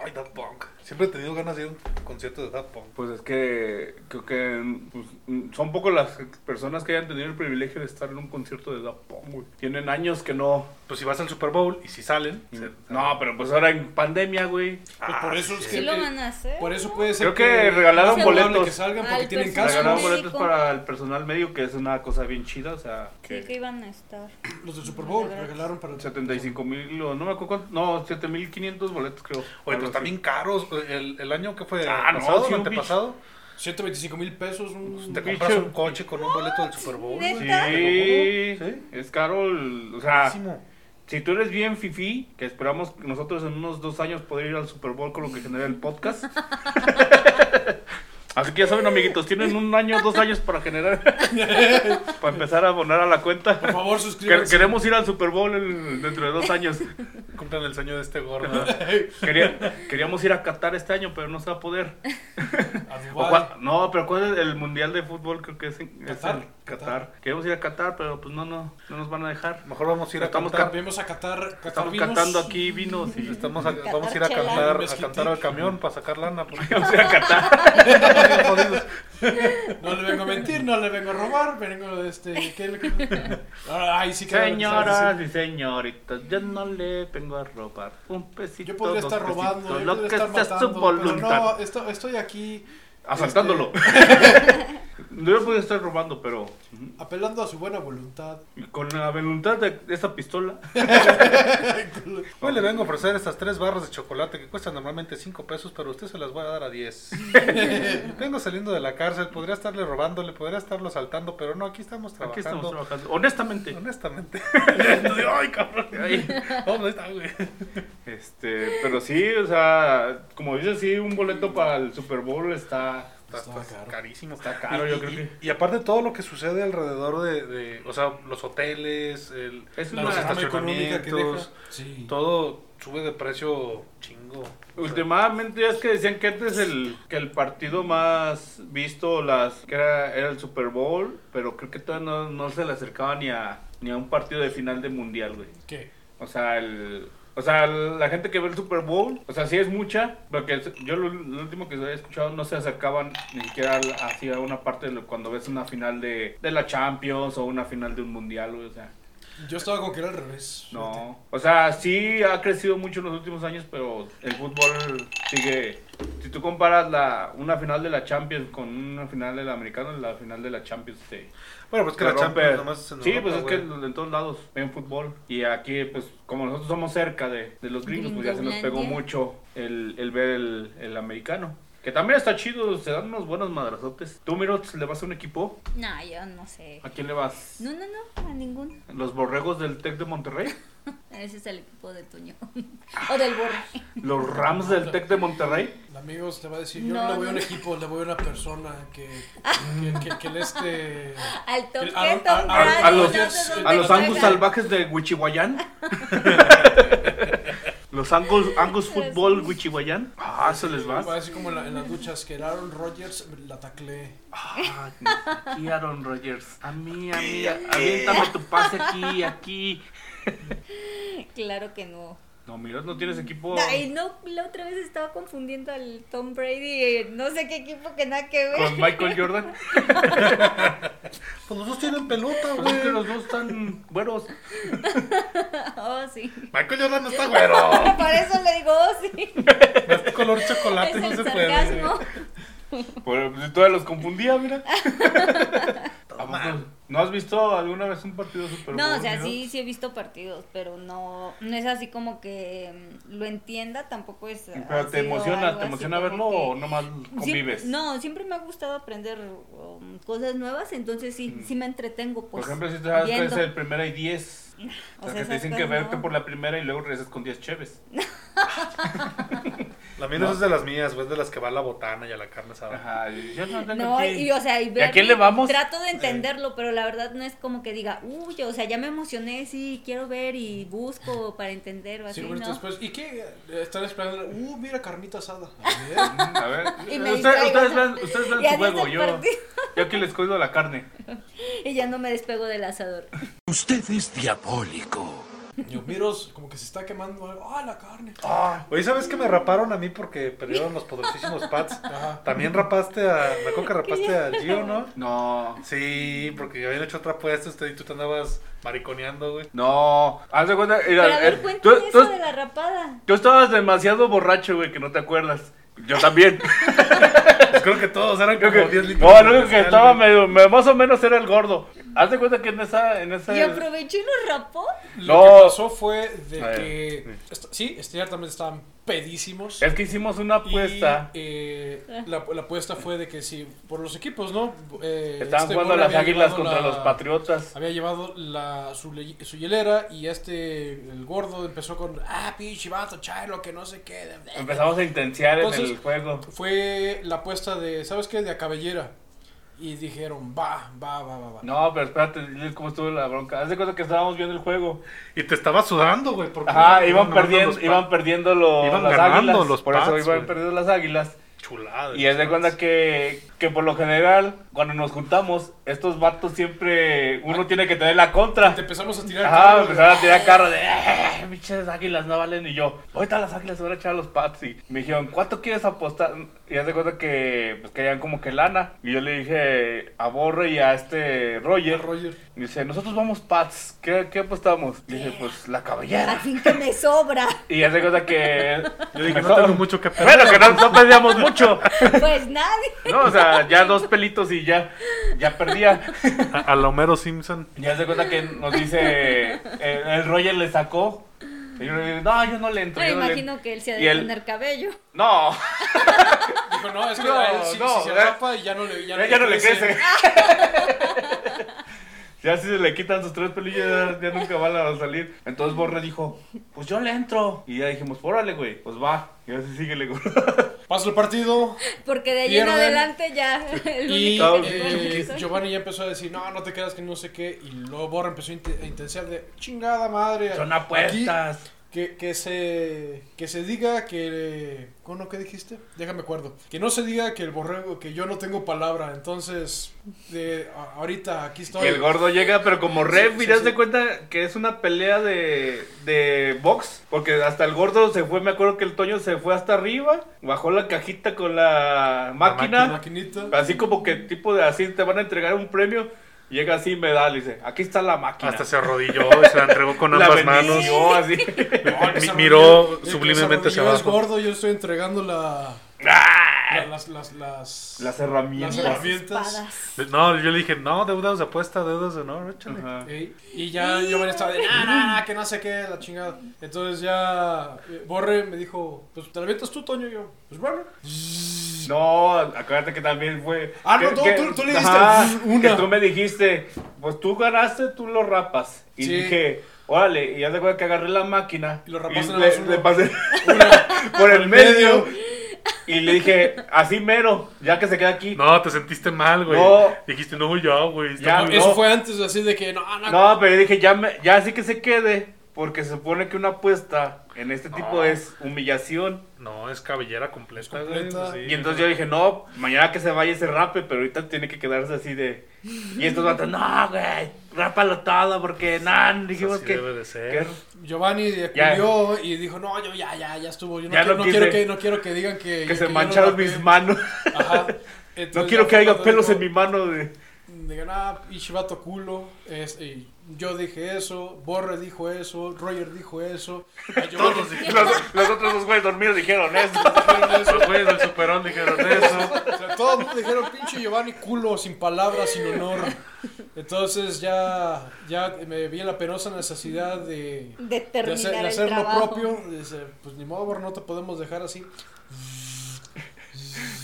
Speaker 4: Ay, Daft Punk. Siempre he tenido ganas de ir a un concierto de Daft Punk.
Speaker 1: Pues es que creo que pues, mm, son pocos las personas que hayan tenido el privilegio de estar en un concierto de Da Punk, güey. Tienen años que no.
Speaker 4: Pues si vas al Super Bowl y si
Speaker 1: Mm.
Speaker 4: salen. "Ah, se-
Speaker 1: No, pero pues ahora en pandemia, güey.
Speaker 3: Pues por eso es
Speaker 6: Sí
Speaker 3: que.
Speaker 6: lo van a hacer.
Speaker 3: Por eso puede ser.
Speaker 1: Creo que regalaron
Speaker 3: es probable
Speaker 1: boletos.
Speaker 3: que salgan
Speaker 6: Al
Speaker 3: porque tienen
Speaker 6: personal.
Speaker 1: Regalaron
Speaker 3: casos.
Speaker 6: Médico.
Speaker 1: boletos para el personal medio, que es una cosa bien chida, o sea, que...
Speaker 6: Sí, que iban a estar.
Speaker 3: Los del Super Bowl regalaron para el
Speaker 1: 75 mil, o no me acuerdo cuánto, no, 7500 boletos creo.
Speaker 4: Oye,
Speaker 1: Algo
Speaker 4: pero
Speaker 1: así.
Speaker 4: también caros. güey. El, el año que fue
Speaker 1: Ah, no,
Speaker 4: pasado,
Speaker 1: sí, un
Speaker 4: antepasado,
Speaker 3: 125 mil pesos. Un...
Speaker 4: te
Speaker 1: bicho.
Speaker 4: compras un coche con un boleto del Super Bowl. güey.
Speaker 1: Sí,
Speaker 6: ¿Neta?
Speaker 4: Te lo juro, sí.
Speaker 1: es caro, el- o sea,
Speaker 4: Carísimo.
Speaker 1: si tú eres bien fifi, que esperamos nosotros en unos dos años poder ir al Super Bowl con lo que genera el podcast. Así que ya saben, amiguitos, tienen un año, dos años para generar, para empezar a abonar a la cuenta.
Speaker 3: Por favor,
Speaker 1: Que-
Speaker 3: suscríbanse.
Speaker 1: Queremos ir al Super Bowl el- dentro de dos años.
Speaker 4: Compran el sueño de este gordo.
Speaker 1: Quería- queríamos ir a Qatar este año, pero no se va a poder.
Speaker 3: A
Speaker 1: O
Speaker 3: Dubái.
Speaker 1: cua- no, pero ¿cuál es el mundial de fútbol? Creo que es en es en
Speaker 3: Qatar.
Speaker 1: Qatar. Queremos ir a Qatar, pero pues no, no, no nos van a dejar.
Speaker 4: Mejor vamos a ir a
Speaker 1: Estamos
Speaker 4: cantar.
Speaker 3: Vamos a Qatar. Qatar
Speaker 1: Estamos
Speaker 3: vinos.
Speaker 1: cantando aquí vinos y
Speaker 4: Estamos a-
Speaker 6: Cantar
Speaker 4: vamos a ir a
Speaker 6: chela.
Speaker 4: cantar, a
Speaker 3: Mezquitic.
Speaker 4: cantar al camión para sacar lana. porque
Speaker 1: vamos a ir a Qatar.
Speaker 4: estamos jodidos.
Speaker 3: No le vengo a mentir, no le vengo a robar. Vengo de este. ¿qué le- qué- Ay, sí que.
Speaker 1: Señoras y señoritas, yo no le vengo a robar un pesito.
Speaker 3: Yo podría
Speaker 1: dos
Speaker 3: estar robando,
Speaker 1: pesitos,
Speaker 3: yo
Speaker 1: lo
Speaker 3: podría
Speaker 1: que
Speaker 3: estar
Speaker 1: sea
Speaker 3: matando,
Speaker 1: su
Speaker 3: pero
Speaker 1: voluntad.
Speaker 3: no, esto- estoy aquí
Speaker 1: Asaltándolo.
Speaker 3: Este,
Speaker 1: No yo podría estar robando, pero
Speaker 3: apelando a su buena voluntad.
Speaker 1: con la voluntad de esa pistola.
Speaker 4: Hoy le vengo a ofrecer estas tres barras de chocolate que cuestan normalmente 5 pesos, pero usted se las va a dar a 10. vengo saliendo de la cárcel, podría estarle robándole, podría estarlo asaltando, pero no, aquí estamos trabajando.
Speaker 1: Aquí estamos trabajando. Honestamente.
Speaker 4: Honestamente.
Speaker 1: Entonces, Ay, cabrón. Ay.
Speaker 4: Vamos, ahí está, güey.
Speaker 1: Este, pero sí, o sea, como dices, sí, un boleto para el Super Bowl está.
Speaker 4: Está, está
Speaker 3: caro.
Speaker 4: carísimo.
Speaker 1: Está caro,
Speaker 4: Y-
Speaker 1: yo
Speaker 4: y-
Speaker 1: creo que-
Speaker 4: Y aparte todo lo que sucede alrededor de, de- o sea, los hoteles, el,
Speaker 1: Es una
Speaker 4: los
Speaker 1: derrama
Speaker 3: económica que
Speaker 4: estacionamientos,
Speaker 3: deja. Sí.
Speaker 4: todo sube de precio chingo. O sea,
Speaker 1: Últimamente es que decían que antes el, que el partido más visto las, que era, era el Super Bowl, pero creo que todavía no, no se le acercaba ni a, ni a un partido de final de mundial, güey.
Speaker 3: ¿Qué?
Speaker 1: O sea, el. O sea, la gente que ve el Super Bowl, o sea, sí es mucha, porque yo lo, lo último que he escuchado no se acercaban ni siquiera al- así a una parte de lo- cuando ves una final de, de la Champions o una final de un mundial, güey, o sea.
Speaker 3: Yo estaba con que era al revés.
Speaker 1: No. O sea, sí ha crecido mucho en los últimos años, pero el fútbol sigue. Si tú comparas la, una final de la Champions con una final del americano, la final de la Champions te,
Speaker 4: Bueno, pues que
Speaker 1: te
Speaker 4: la
Speaker 1: rompe.
Speaker 4: Champions nomás es en
Speaker 1: sí,
Speaker 4: Europa,
Speaker 1: pues es
Speaker 4: güey.
Speaker 1: que en todos lados ven fútbol. Y aquí, pues, como nosotros somos cerca de, de los gringos, pues ya se nos pegó
Speaker 6: Gringolandia.
Speaker 1: mucho el, el ver el, el americano. Que también está chido, se dan unos buenos madrazotes. ¿Tú, Mirots, le vas a un equipo?
Speaker 6: No, yo no sé.
Speaker 1: ¿A quién le vas?
Speaker 6: No, no, no, a ninguno.
Speaker 1: ¿Los borregos del Tec de Monterrey?
Speaker 6: Ese es el equipo de Toño. o del Borre.
Speaker 1: ¿Los Rams del Tec de Monterrey?
Speaker 3: El amigo te va a decir, yo
Speaker 6: No,
Speaker 3: no le voy a un
Speaker 6: no.
Speaker 3: equipo, le voy a una persona que, que, que, que le este...
Speaker 6: Al Tom
Speaker 3: El- a-
Speaker 6: Tom
Speaker 3: a- a-
Speaker 1: A,
Speaker 6: Brady,
Speaker 1: a
Speaker 6: no
Speaker 1: los,
Speaker 6: sé dónde
Speaker 1: a los
Speaker 6: juega.
Speaker 1: Angus salvajes de Huichihuayán. los Angus, Angus Fútbol Huichihuayán. Ah, se les
Speaker 3: Va a
Speaker 1: va.
Speaker 3: decir como en, la- en las duchas que el Aaron Rodgers la taclé.
Speaker 1: Ah, aquí Aaron Rodgers. A mí, a mí, a- aviéntame tu pase aquí, aquí.
Speaker 6: Claro que no.
Speaker 1: No, mira, no tienes equipo.
Speaker 6: Ay, no, la otra vez estaba confundiendo al Tom Brady, eh, no sé qué equipo que nada que ver.
Speaker 1: Con Michael Jordan.
Speaker 4: Pues los dos tienen pelota,
Speaker 1: Pues es que
Speaker 4: güey.
Speaker 1: los dos están güeros.
Speaker 6: Oh, sí.
Speaker 4: Michael Jordan no está güero.
Speaker 6: Por eso le digo, oh, sí.
Speaker 4: No es color chocolate,
Speaker 6: es
Speaker 4: no
Speaker 6: el
Speaker 4: se puede.
Speaker 6: sarcasmo.
Speaker 1: Pero pues, todavía los confundía, mira. ¿A poco ¿No has visto alguna vez un partido de Super
Speaker 6: No, o
Speaker 1: Bowl,
Speaker 6: sea,
Speaker 1: mira?
Speaker 6: sí, sí he visto partidos, pero no, no es así como que mm, lo entienda, tampoco es.
Speaker 1: Pero
Speaker 6: ha
Speaker 1: te
Speaker 6: sido
Speaker 1: emociona,
Speaker 6: algo
Speaker 1: te
Speaker 6: así
Speaker 1: emociona
Speaker 6: como
Speaker 1: verlo
Speaker 6: que-
Speaker 1: o nomás
Speaker 6: Siempre-
Speaker 1: convives.
Speaker 6: no, siempre me ha gustado aprender um, cosas nuevas, entonces sí, sí me entretengo.
Speaker 1: Por
Speaker 6: Pues,
Speaker 1: ejemplo, si te das
Speaker 6: viendo.
Speaker 1: cuenta de primera y 10. O
Speaker 6: O
Speaker 1: sea, que
Speaker 6: sea,
Speaker 1: te
Speaker 6: esas
Speaker 1: dicen que
Speaker 6: cosas
Speaker 1: verte
Speaker 6: no.
Speaker 1: por la primera y luego regresas con 10 cheves.
Speaker 4: La mía no es de las mías, güey, es de las que va a la botana y a la carne asada.
Speaker 1: Ajá, y yo no tengo
Speaker 6: No,
Speaker 1: que-
Speaker 6: y o sea, y
Speaker 1: a
Speaker 6: ver-
Speaker 1: quién le vamos?
Speaker 6: Trato de entenderlo, pero la verdad no es como que diga, uy, o sea, ya me emocioné, sí, quiero ver y busco para entender o así,
Speaker 3: Sí,
Speaker 6: ¿no?
Speaker 3: Roberto, después, ¿y qué? Están esperando, uh, mira, carnita asada.
Speaker 1: Mm, A ver,
Speaker 6: Y me
Speaker 1: ustedes,
Speaker 6: distraigo.
Speaker 1: ustedes ven, ustedes ven
Speaker 6: Ya
Speaker 1: su juego,
Speaker 6: desde el
Speaker 1: yo,
Speaker 6: partido.
Speaker 1: yo aquí les cuido la carne.
Speaker 6: Y ya no me despego del asador.
Speaker 8: Usted es diabólico.
Speaker 3: Yo miros, como que se está quemando algo. Ah, la carne.
Speaker 4: Oye, ¿sabes que me raparon a mí porque perdieron los poderosísimos pads?
Speaker 3: Ajá.
Speaker 4: También rapaste a. Me acuerdo que rapaste a Gio, ¿no?
Speaker 1: No,
Speaker 4: Sí, porque yo habían hecho otra apuesta usted y tú te andabas mariconeando, güey.
Speaker 1: no, haz de cuenta, mira,
Speaker 6: Pero a ver,
Speaker 1: eh, tú,
Speaker 6: cuéntame
Speaker 1: tú-
Speaker 6: eso de la rapada.
Speaker 1: tú estabas demasiado borracho, güey, que no te acuerdas. Yo también.
Speaker 4: Pues creo que todos eran
Speaker 1: Creo
Speaker 4: como
Speaker 1: que-
Speaker 4: 10 litros.
Speaker 1: no,
Speaker 4: de
Speaker 1: el único que
Speaker 4: mezcal,
Speaker 1: estaba
Speaker 4: güey.
Speaker 1: medio, me- más o menos era el gordo. Haz de cuenta que en esa, en esa.
Speaker 6: Y aprovechó y lo rapó.
Speaker 3: Lo
Speaker 1: No.
Speaker 3: que pasó fue de
Speaker 1: A ver,
Speaker 3: que. est- sí, ciertamente estaban pedísimos.
Speaker 1: Es que hicimos una apuesta.
Speaker 3: Y, eh, la, la apuesta fue de que si por los equipos, ¿no? Eh,
Speaker 1: Estaban
Speaker 3: este
Speaker 1: jugando
Speaker 3: güey
Speaker 1: las
Speaker 3: había
Speaker 1: águilas
Speaker 3: llevado
Speaker 1: contra
Speaker 3: la-
Speaker 1: los patriotas.
Speaker 3: Había llevado la, su, le- su hielera y este, el gordo, empezó con, ah, pinche vato, chairo, que no sé qué.
Speaker 1: Empezamos a intensiar en
Speaker 3: Entonces-
Speaker 1: el juego.
Speaker 3: Fue la apuesta de, ¿sabes qué? De a cabellera. Y dijeron, va, va, va, va, va.
Speaker 1: No, pero espérate, diles cómo estuvo la bronca. Haz de cuenta que estábamos viendo el juego.
Speaker 4: Y te estaba sudando, güey. Porque
Speaker 1: Ajá, iban
Speaker 4: ganando los
Speaker 1: perdiendo,
Speaker 4: pads.
Speaker 1: iban perdiendo los,
Speaker 4: Iban
Speaker 1: las
Speaker 4: ganando
Speaker 1: águilas.
Speaker 4: los
Speaker 1: por eso
Speaker 4: Pats,
Speaker 1: iban
Speaker 4: güey.
Speaker 1: perdiendo las águilas.
Speaker 4: Chulada.
Speaker 1: Y haz de cuenta que, que por lo general, cuando nos juntamos, estos vatos siempre uno tiene que tener la contra.
Speaker 3: Te empezamos a tirar.
Speaker 1: Ajá, pues, ah,
Speaker 3: carro,
Speaker 1: empezaron a tirar carro de, "Eh, pinches águilas no valen. Y yo, ahorita las águilas se van a echar a los pats. Y me dijeron, ¿cuánto quieres apostar? Y haz de cuenta que, pues, querían como que lana. Y yo le dije a Borre y a este Roger.
Speaker 3: Roger.
Speaker 1: Y dice, nosotros vamos pats. ¿Qué, qué apostamos? Y dije, pues, la
Speaker 6: Al
Speaker 1: cabellera.
Speaker 6: fin que me sobra.
Speaker 1: Y haz de cuenta que...
Speaker 4: Yo dije,
Speaker 1: me
Speaker 4: no
Speaker 1: so-
Speaker 4: tengo mucho que perder.
Speaker 1: Bueno, que no, no perdíamos mucho.
Speaker 6: Pues nadie.
Speaker 1: No, o sea, ya dos pelitos y ya, ya perdía.
Speaker 4: A, a la Homero Simpson.
Speaker 1: Ya se cuenta que nos dice. El, el Roger le sacó. Y yo le digo, no, yo no le entro.
Speaker 6: Me
Speaker 1: yo no le
Speaker 6: imagino
Speaker 1: entro".
Speaker 6: que él se ha
Speaker 1: Y
Speaker 6: de
Speaker 1: él-
Speaker 6: tener cabello.
Speaker 1: No,
Speaker 3: Dijo, no, es que
Speaker 1: No,
Speaker 3: a él, si,
Speaker 1: no,
Speaker 3: si se
Speaker 1: ¿verdad?
Speaker 3: atrapa, ya no le, ya
Speaker 1: ya,
Speaker 3: no
Speaker 1: ya no le crece. ya si se le quitan sus tres pelillos, ya, ya nunca van a salir. Entonces Borre dijo, pues yo le entro. Y ya dijimos, órale, güey, pues va. Y así síguele, güey.
Speaker 3: Pasa el partido
Speaker 6: Porque de allí en
Speaker 3: Pierden.
Speaker 6: adelante ya. El
Speaker 3: y
Speaker 4: Ah,
Speaker 6: único
Speaker 1: Sí.
Speaker 6: que
Speaker 3: eh,
Speaker 6: soy.
Speaker 3: Giovanni ya empezó a decir, no, no te quedas que no sé qué. Y luego Borra empezó a inte- a intensiar de, chingada madre.
Speaker 1: Son
Speaker 3: aquí
Speaker 1: apuestas.
Speaker 3: Que, que, se, que se diga que... ¿Cómo no? ¿Qué dijiste? Déjame acuerdo. Que no se diga que el borrego, que yo no tengo palabra. Entonces, de, a- ahorita aquí estoy.
Speaker 1: Y el gordo llega, pero como ref,
Speaker 3: sí,
Speaker 1: y te das
Speaker 3: sí.
Speaker 1: de cuenta que es una pelea de, de box, porque hasta el gordo se fue, me acuerdo que el Toño se fue hasta arriba, bajó la cajita con la máquina,
Speaker 3: maquinita.
Speaker 1: así como que tipo de así te van a entregar un premio. Llega así y me da, le dice, aquí está la máquina.
Speaker 4: Hasta se arrodilló y se la entregó con
Speaker 1: la
Speaker 4: ambas manos.
Speaker 1: bendició así.
Speaker 4: Mi- miró sublimemente hacia
Speaker 3: Yo es
Speaker 4: abajo.
Speaker 3: gordo, yo estoy entregando la, la- las, las, las,
Speaker 1: Las
Speaker 3: las
Speaker 1: herramientas.
Speaker 3: herramientas.
Speaker 6: Espadas.
Speaker 4: No, yo le dije, no, deudas de apuesta, deudas de no, échale.
Speaker 1: Ajá.
Speaker 3: Ey, Y ya yo me estaba de, nah, nah, nah, que no sé qué, la chingada. Entonces ya eh, Borre me dijo, pues te la avientas tú, Toño. Y yo, pues bueno.
Speaker 1: No, acuérdate que también fue.
Speaker 3: Ah, no,
Speaker 1: que-
Speaker 3: tú-
Speaker 1: que-
Speaker 3: tú- tú le diste una.
Speaker 1: Que tú me dijiste, pues tú ganaste, tú lo rapas. Y
Speaker 3: Sí.
Speaker 1: dije, órale, y ya de acuerdo que agarré la máquina.
Speaker 3: Y lo rapaste
Speaker 1: y
Speaker 3: nada
Speaker 1: le,
Speaker 3: más
Speaker 1: le
Speaker 3: uno.
Speaker 1: pasé por el medio. Y le dije, así mero, ya que se queda aquí.
Speaker 4: No, te sentiste mal, güey.
Speaker 1: No.
Speaker 4: Dijiste, no, ya, güey.
Speaker 1: Ya,
Speaker 4: está muy-
Speaker 3: Eso
Speaker 1: no.
Speaker 3: fue antes, así de que, no, no,
Speaker 1: No, pero yo dije, ya, me- ya así que se quede. Porque se supone que una apuesta en este tipo es humillación.
Speaker 4: No, es cabellera completa,
Speaker 3: completa.
Speaker 4: güey. pues sí.
Speaker 1: Y entonces yo dije, no, mañana que se vaya ese rape, pero ahorita tiene que quedarse así de. Y estos vatos, no, güey, rápalo todo, porque no, dijimos
Speaker 4: Así
Speaker 1: que.
Speaker 4: debe de ser.
Speaker 1: que-
Speaker 3: Giovanni acudió y dijo, no, yo ya, ya, ya estuvo. Yo no,
Speaker 1: Ya no
Speaker 3: quiero, no
Speaker 1: quise.
Speaker 3: quiero que, no quiero que digan que...
Speaker 1: que
Speaker 3: yo-
Speaker 1: se
Speaker 3: yo no
Speaker 1: mancharon
Speaker 3: rapé.
Speaker 1: mis manos.
Speaker 3: Ajá.
Speaker 1: No
Speaker 3: Entonces,
Speaker 1: quiero que
Speaker 3: ya fue
Speaker 1: haya
Speaker 3: cuando
Speaker 1: pelos
Speaker 3: dijo,
Speaker 1: en mi mano. De...
Speaker 3: Digan, ah, pinche vato culo. Es- y yo dije eso, Borre dijo eso, Roger dijo eso. a Giovanni
Speaker 4: Todos dijeron
Speaker 1: Los, los otros dos güeyes dormidos dijeron eso.
Speaker 3: dijeron eso.
Speaker 4: los güeyes del superón dijeron eso.
Speaker 3: O sea, todos me dijeron pinche Giovanni culo, sin palabras, sin honor. Entonces ya, ya me vi en la penosa necesidad de,
Speaker 6: De
Speaker 3: de
Speaker 6: terminar
Speaker 3: hacer, de
Speaker 6: el
Speaker 3: hacer lo
Speaker 6: trabajo.
Speaker 3: propio. De decir, pues ni modo, Borre, no te podemos dejar así.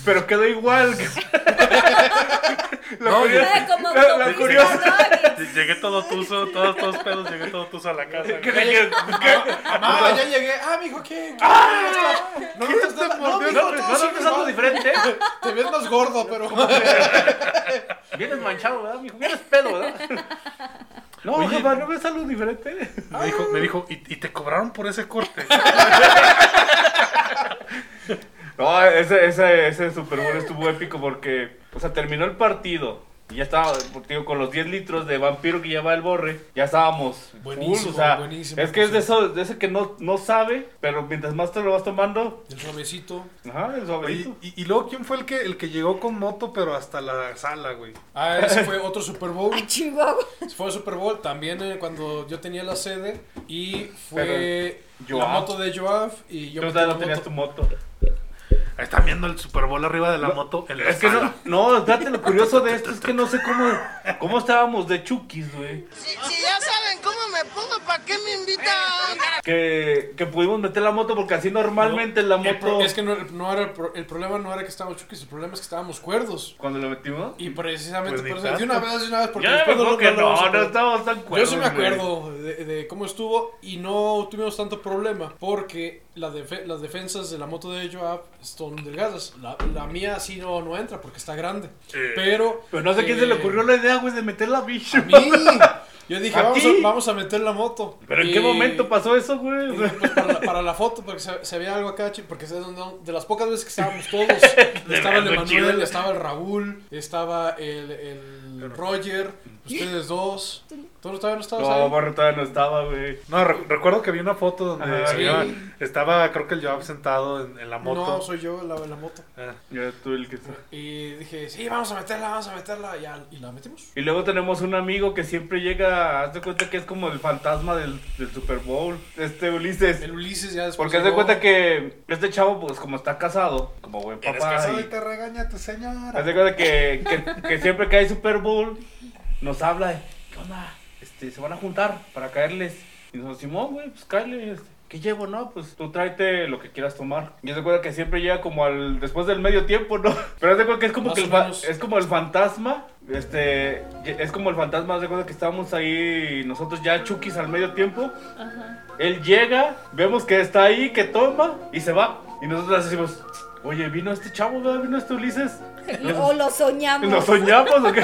Speaker 1: Pero quedó igual. Lo
Speaker 4: No,
Speaker 1: curioso-
Speaker 6: Ay, como
Speaker 1: lo- lo
Speaker 6: autopista
Speaker 1: curioso-
Speaker 6: Doris.
Speaker 4: Llegué todo tuzo, todos, todos pedos, llegué todo tuzo a la casa.
Speaker 1: que
Speaker 4: güey.
Speaker 1: te dijeron, ¿qué?
Speaker 3: Ah, ya llegué. Ah, mijo, ¿qué? ¡Ah! No, no, estás- no,
Speaker 1: ¿No
Speaker 3: mijo,
Speaker 1: no,
Speaker 3: todo
Speaker 1: no
Speaker 3: sigue
Speaker 1: notas algo
Speaker 3: igual.
Speaker 1: diferente?
Speaker 3: Te ves más gordo, pero.
Speaker 1: Vienes manchado, ¿verdad, mijo? Vienes pedo, ¿verdad? No,
Speaker 4: Oye.
Speaker 1: jefa, ¿no ves algo diferente?
Speaker 4: Me dijo, me dijo ¿y, y te cobraron por ese corte.
Speaker 1: No, ese, ese, ese Super Bowl estuvo épico porque, o sea, terminó el partido. Y ya estaba, digo, con los 10 litros de vampiro que llevaba el borre, ya estábamos. full,
Speaker 3: Buenísimo,
Speaker 1: o sea,
Speaker 3: buenísimo.
Speaker 1: Es que es de, eso, de ese que no, no sabe, pero mientras más te lo vas tomando,
Speaker 3: El suavecito.
Speaker 1: ajá, el
Speaker 4: Oye,
Speaker 1: suavecito.
Speaker 4: y, y luego, ¿quién fue el que, el que llegó con moto, pero hasta la sala, güey?
Speaker 3: Ah, ese fue otro Super Bowl.
Speaker 6: A Chihuahua.
Speaker 3: Fue el Super Bowl también eh, cuando yo tenía la sede. Y fue
Speaker 1: Pero,
Speaker 3: la
Speaker 1: Joab.
Speaker 3: moto de Joab. Y yo
Speaker 1: Tú
Speaker 3: metí
Speaker 1: todavía
Speaker 3: la
Speaker 1: no tenías tu
Speaker 3: moto.
Speaker 1: moto.
Speaker 4: Ahí Están viendo el Super Bowl arriba de la moto. En la
Speaker 1: Es que no,
Speaker 4: sala.
Speaker 1: no, date lo curioso de esto, es que no sé cómo, cómo estábamos de chukis, güey.
Speaker 9: Si, si ya saben cómo me pongo, ¿para qué me invitan?
Speaker 1: Que, que pudimos meter la moto porque así normalmente la
Speaker 3: El pro-
Speaker 1: moto...
Speaker 3: es que no, no era el, pro- el problema no era que estábamos chukis, el problema es que estábamos cuerdos.
Speaker 1: Cuando la metimos...
Speaker 3: Y precisamente
Speaker 4: Pues ni
Speaker 3: por eso. De
Speaker 4: tanto.
Speaker 3: una vez, de una vez, porque
Speaker 1: Yo me
Speaker 3: después
Speaker 1: acuerdo
Speaker 3: lo-
Speaker 1: que
Speaker 3: lo vamos a
Speaker 1: no, no
Speaker 3: poder.
Speaker 1: estábamos tan
Speaker 3: Yo sí
Speaker 1: cuerdos,
Speaker 3: me
Speaker 1: güey.
Speaker 3: acuerdo de, de cómo estuvo y no tuvimos tanto problema porque la defe- las defensas de la moto de Joab son delgadas. La, la mía sí no, no entra porque está grande. Pero,
Speaker 1: Pero no sé quién se le
Speaker 3: eh,
Speaker 1: ocurrió la idea, güey, de meter la bicho.
Speaker 3: A mí. Yo dije,
Speaker 1: ¿A
Speaker 3: vamos,
Speaker 1: ti?
Speaker 3: a, vamos a meter la moto.
Speaker 1: Pero en
Speaker 3: Y-
Speaker 1: qué momento pasó eso, güey. O
Speaker 3: y
Speaker 1: sea,
Speaker 3: pues, para, la, para la foto, porque se, se veía algo acá, chi- porque es donde- de las pocas veces que estábamos todos. estaba el
Speaker 1: verdad,
Speaker 3: Emanuel,
Speaker 1: chido.
Speaker 3: estaba el Raúl, estaba el, el Roger, ustedes dos. ¿Tú no estabas, no estabas
Speaker 1: No,
Speaker 3: ahí?
Speaker 1: Barro todavía no estaba, güey.
Speaker 4: No, re- recuerdo que vi una foto donde
Speaker 1: Ajá,
Speaker 4: se
Speaker 1: sí.
Speaker 4: veía- estaba, creo que el Joab sentado en, en la moto.
Speaker 3: No, soy yo la, la moto.
Speaker 4: Ah,
Speaker 1: Ya era tú el que estaba.
Speaker 3: Y dije, sí, vamos a meterla, vamos a meterla. Y, al- y la metimos.
Speaker 1: Y luego tenemos un amigo que siempre llega, haz de cuenta que es como el fantasma del, del Super Bowl. Este Ulises.
Speaker 3: El Ulises ya después.
Speaker 1: Porque haz de
Speaker 3: llegó.
Speaker 1: cuenta que este chavo, pues como está casado, como buen
Speaker 4: Eres
Speaker 1: papá.
Speaker 4: casado
Speaker 1: y-
Speaker 4: y te regaña tu señora.
Speaker 1: Haz de cuenta que, que, que siempre que hay Super Bowl, nos habla de, ¿qué onda? Este, se van a juntar para caerles. Y nos Simón, güey, pues cáele. este, ¿Qué llevo? No, pues tú tráete lo que quieras tomar. Y haz de cuenta que siempre llega como al después del medio tiempo, ¿no? Pero haz de cuenta que es como
Speaker 3: Más
Speaker 1: que el
Speaker 3: o
Speaker 1: fa-
Speaker 3: menos.
Speaker 1: es como el fantasma. Este, es como el fantasma, haz de cuenta que estábamos ahí nosotros ya chukis al medio tiempo.
Speaker 6: Ajá.
Speaker 1: Él llega, vemos que está ahí, que toma y se va. Y nosotros decimos, oye, vino este chavo, ¿verdad? Vino este Ulises.
Speaker 6: O lo soñamos.
Speaker 1: ¿Nos soñamos o qué?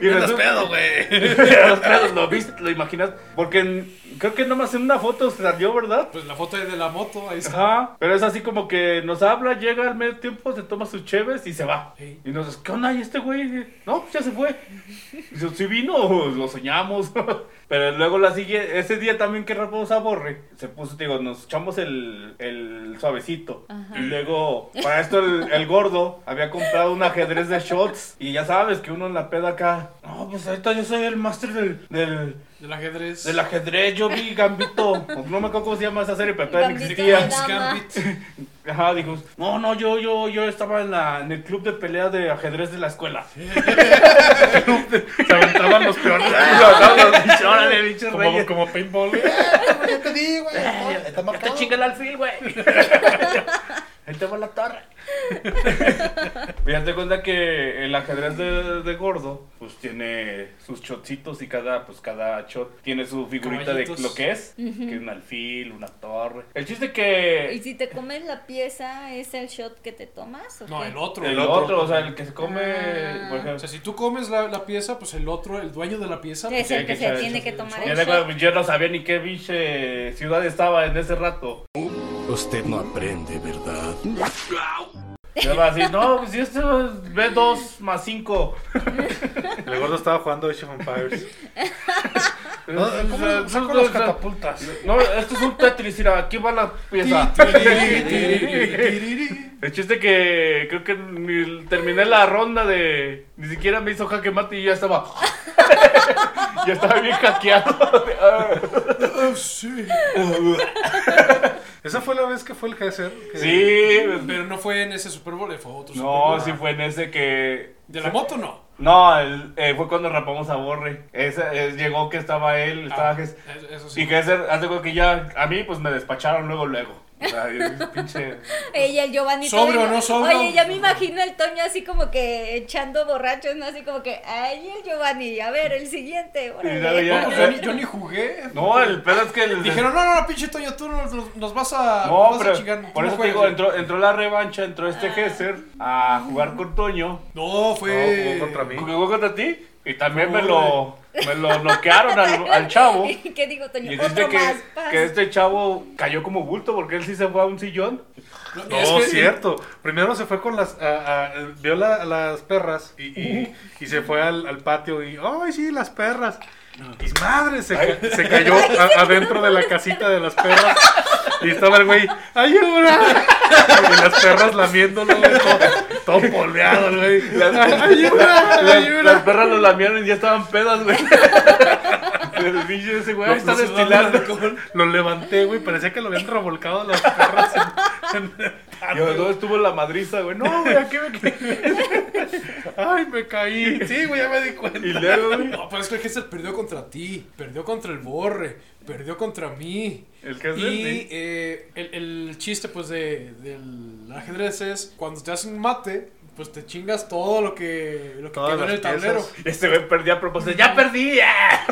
Speaker 1: Y
Speaker 4: Andas
Speaker 1: resulta-
Speaker 4: pedo, güey.
Speaker 1: Andas pedo, lo viste, lo imaginas. Porque en- creo que nomás en una foto salió, ¿verdad?
Speaker 3: Pues la foto de la moto, ahí está.
Speaker 1: Ajá, pero es así como que nos habla, llega al medio tiempo, se toma sus cheves y se va.
Speaker 3: Sí.
Speaker 1: Y nos dice, ¿qué onda? ¿Y este güey? No, pues ya se fue. Y dice, ¿sí vino o lo soñamos? Pero luego la sigue, ese día también que rapamos a Borre, se puso, te digo, nos echamos el, el el suavecito.
Speaker 6: Ajá.
Speaker 1: Y luego, para esto el, el gordo había comprado un ajedrez de shots. Y ya sabes que uno en la peda acá. No, pues ahorita yo soy el máster del, del,
Speaker 3: Del ajedrez.
Speaker 1: del ajedrez. Yo vi Gambito. Pues No me acuerdo cómo se llama esa serie, pero todavía no
Speaker 6: Gambito
Speaker 1: existía.
Speaker 6: de dama.
Speaker 1: Ajá, dijo, no, no, yo, yo, yo estaba en, la, en el club de pelea de ajedrez de la escuela.
Speaker 4: Se aventaban los peones.
Speaker 1: Órale, bicho
Speaker 4: como,
Speaker 1: reyes.
Speaker 4: como paintball.
Speaker 7: Ya te di, güey. Está marcado.
Speaker 1: el alfil, güey. Él te va a la torre. Fíjate cuenta que el ajedrez de, de gordo, pues tiene sus shotcitos y cada, pues cada shot tiene su figurita
Speaker 3: Caballitos.
Speaker 1: de lo que es, que es un alfil, una torre. El chiste que
Speaker 6: ¿Y si te comes la pieza, es el shot que te tomas? ¿o
Speaker 3: No,
Speaker 6: qué?
Speaker 3: el otro.
Speaker 1: el otro, o sea, el que se come,
Speaker 6: Ah.
Speaker 1: por
Speaker 3: O
Speaker 1: ejemplo,
Speaker 3: sea, si tú comes la, la pieza, pues el otro, el dueño de la pieza.
Speaker 6: Es
Speaker 1: tiene
Speaker 6: el que
Speaker 1: que
Speaker 6: se
Speaker 1: echar el
Speaker 6: tiene
Speaker 1: shot.
Speaker 6: que tomar
Speaker 1: Ya
Speaker 6: el
Speaker 1: de acuerdo, pues,
Speaker 6: shot.
Speaker 1: yo no sabía ni qué pinche ciudad estaba en ese rato.
Speaker 8: Usted no aprende, ¿verdad?
Speaker 1: Yo iba así, no, pues si este ve 2 más 5.
Speaker 4: El gordo estaba jugando Age of Empires.
Speaker 7: Ah, ¿Cómo le saco las catapultas?
Speaker 1: No, esto es un Tetris, mira, aquí va la pieza. El chiste que creo que ni terminé la ronda de. Ni siquiera me hizo jaque mate y yo ya estaba. ya estaba bien hackeado.
Speaker 4: Esa fue la vez que fue el Gesser. que-
Speaker 1: sí, pues,
Speaker 3: Pero no fue en ese Super Bowl, fue otro Super
Speaker 1: no,
Speaker 3: Bowl.
Speaker 1: sí fue en ese que.
Speaker 3: ¿De la moto no?
Speaker 1: No, el- eh, fue cuando rapamos a Borre. Ese, eh, llegó que estaba él, estaba Ges-
Speaker 3: Ah, Es- Eso sí.
Speaker 1: Y que ese, haz de cuenta que ya. A mí, pues me despacharon luego, luego. O sea, yo- pinche.
Speaker 6: Ella, el Giovanni.
Speaker 3: ¿Sobrio
Speaker 6: todavía-
Speaker 3: o no sobrio?
Speaker 6: Oye, ya me imagino el Toño así como que echando borrachos, ¿no? Así como que, ay, el Giovanni, a ver, el siguiente. órale".
Speaker 1: luego ya- eh,
Speaker 3: No, pues yo, ni, yo ni jugué.
Speaker 1: No, el pedo es que. el-
Speaker 3: Dijeron, no, no, no, pinche Toño, tú nos, nos- nos vas a.
Speaker 1: No,
Speaker 3: nos vas a
Speaker 1: pero
Speaker 3: chingar, tú
Speaker 1: por
Speaker 3: no
Speaker 1: eso te
Speaker 3: juegas,
Speaker 1: digo,
Speaker 3: güey.
Speaker 1: entró, entró la revancha, entró este Gesser a jugar con Toño.
Speaker 3: No,
Speaker 4: No,
Speaker 3: fue.
Speaker 4: jugó contra mí.
Speaker 1: Jugó contra ti y también me lo, me lo noquearon al, al chavo.
Speaker 6: ¿Y ¿Qué digo, Toño?
Speaker 1: Y
Speaker 6: Otro
Speaker 1: dice que,
Speaker 6: más, paz.
Speaker 1: que este chavo cayó como bulto porque él sí se fue a un sillón.
Speaker 3: No,
Speaker 4: No,
Speaker 3: es que-
Speaker 4: cierto. Primero se fue con las. a- a- vio la- las perras y, y- y se fue al, al patio y. ¡Ay, sí, las perras! Y madre, se, ca- se cayó a- adentro de la casita de las perras. Y estaba el güey, ¡ayuda! Y las perras lamiéndolo, güey, todo, todo polveado, el güey. ¡Ayuda!
Speaker 1: Las,
Speaker 4: ¡Ayuda!
Speaker 1: las perras lo lamieron y ya estaban pedas, güey. Pero el bicho ese güey está destilando.
Speaker 4: Lo levanté, güey, parecía que lo habían revolcado las perras. en- en-
Speaker 1: Yo, ¿dónde estuvo la madriza, güey? No, güey, aquí me quedé.
Speaker 4: ¡Ay, me caí! Sí, güey, ya me di cuenta.
Speaker 1: Y luego, güey,
Speaker 3: No, pero es que el Kessler perdió contra ti, perdió contra el Borre, perdió contra mí.
Speaker 1: El este. Kessler,
Speaker 3: Y
Speaker 1: sí.
Speaker 3: eh, el, el chiste, pues, de, del ajedrez es cuando te hacen mate, pues te chingas todo lo que, lo que
Speaker 4: Todas
Speaker 3: quedó en
Speaker 4: las
Speaker 3: el tablero.
Speaker 4: piezas.
Speaker 1: Este güey perdía a propósito. ¡Ya perdí! ah".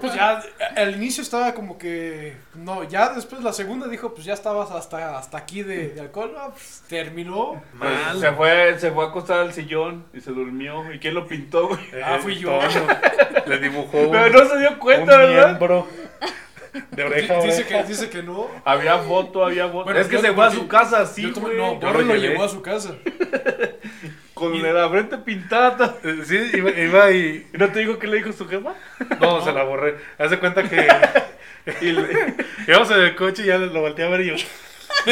Speaker 3: Pues ya, eh, al inicio estaba como que. No, ya después la segunda dijo, pues ya estabas hasta, hasta aquí de, de alcohol. Ah, pues, terminó.
Speaker 1: Pues, se fue, se fue a acostar al sillón y se durmió. ¿Y quién lo pintó, güey?
Speaker 3: Ah, fui yo.
Speaker 4: Tono. Eh, Le dibujó un,
Speaker 1: Pero no se dio
Speaker 4: un
Speaker 1: cuenta, ¿verdad?
Speaker 4: miembro de oreja a
Speaker 3: Dice
Speaker 4: oreja.
Speaker 3: que, dice que no.
Speaker 1: Había foto, había foto.
Speaker 3: Bueno,
Speaker 1: es que
Speaker 3: yo-
Speaker 1: se fue a
Speaker 3: yo-
Speaker 1: su casa así,
Speaker 3: Yo tomé-
Speaker 1: güey.
Speaker 4: yo
Speaker 3: no, Borre
Speaker 4: lo
Speaker 3: lo
Speaker 4: llevé.
Speaker 3: llevó a su casa.
Speaker 1: Con la frente pintada.
Speaker 4: Eh, Sí, iba, iba y...
Speaker 1: ¿Y no te digo qué le dijo su jefa?
Speaker 4: No, se la borré. Hace cuenta que... y le- Íbamos en el coche y ya lo volteé a ver y yo...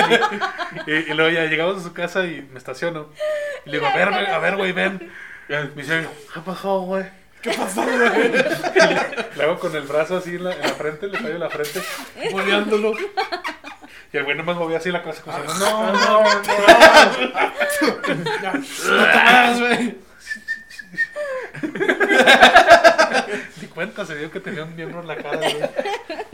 Speaker 4: y, y luego ya llegamos a su casa y me estaciono. Y le digo, a ver, güey, a ver, güey, ven. Y me dice, ¿qué pasó, güey?
Speaker 3: ¿Qué pasó, güey?
Speaker 4: Le hago con el brazo así en la, en la frente, le fallo la frente, boleándolo. Y el güey nomás movía así la cosa como... si, no, no, no.
Speaker 3: Ya, no te hagas, güey.
Speaker 4: Ni cuenta, se dio que tenía un miembro en la cara, güey.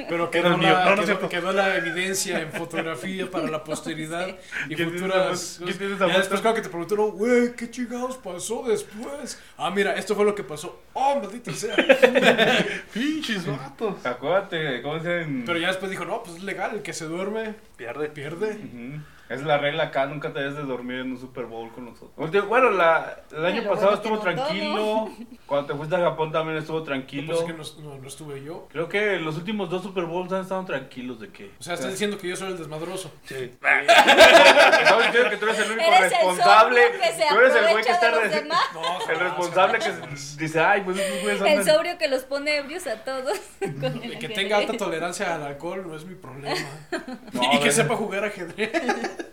Speaker 3: Pero
Speaker 4: Era
Speaker 3: quedó
Speaker 4: el mío. No,
Speaker 3: la,
Speaker 4: no es
Speaker 3: quedó,
Speaker 4: cierto.
Speaker 3: quedó la evidencia en fotografía para la posteridad y
Speaker 1: ¿Quién tiene
Speaker 3: futuras.
Speaker 1: esa- quién tiene esa
Speaker 3: Ya después,
Speaker 1: foto?
Speaker 3: claro que te preguntaron, güey, ¿qué chingados pasó después? Ah, mira, esto fue lo que pasó. Oh, maldita sea.
Speaker 4: Pinches vatos.
Speaker 1: Acuérdate, ¿cómo dicen?
Speaker 3: Pero ya después dijo, no, pues es legal, el que se duerme pierde, pierde.
Speaker 1: Ujú. Es la regla acá, nunca te debes de dormir en un Super Bowl con nosotros. Último- Bueno, la, el año
Speaker 6: Pero
Speaker 1: pasado
Speaker 6: bueno,
Speaker 1: estuvo
Speaker 6: que no
Speaker 1: tranquilo. Cuando te fuiste a Japón también estuvo
Speaker 3: Lo que
Speaker 1: tranquilo.
Speaker 3: pasa Pues es que no, no- no estuve yo.
Speaker 1: Creo que los últimos dos Super Bowls han estado tranquilos de que.
Speaker 3: O sea, estás diciendo que yo soy el desmadroso.
Speaker 1: Estamos diciendo que tú eres el único
Speaker 6: Eres el
Speaker 1: responsable.
Speaker 6: sobrio que se
Speaker 1: tú eres el güey que
Speaker 6: aprovecha
Speaker 1: está
Speaker 6: de los
Speaker 1: re-
Speaker 6: demás.
Speaker 1: el responsable que dice, ay, pues estos güeyes
Speaker 6: El
Speaker 1: andan-
Speaker 6: sobrio que los pone ebrios a todos. con el
Speaker 3: Que
Speaker 6: ajedrez.
Speaker 3: tenga alta tolerancia al alcohol no es mi problema.
Speaker 1: No,
Speaker 3: y
Speaker 1: bueno.
Speaker 3: que sepa jugar ajedrez.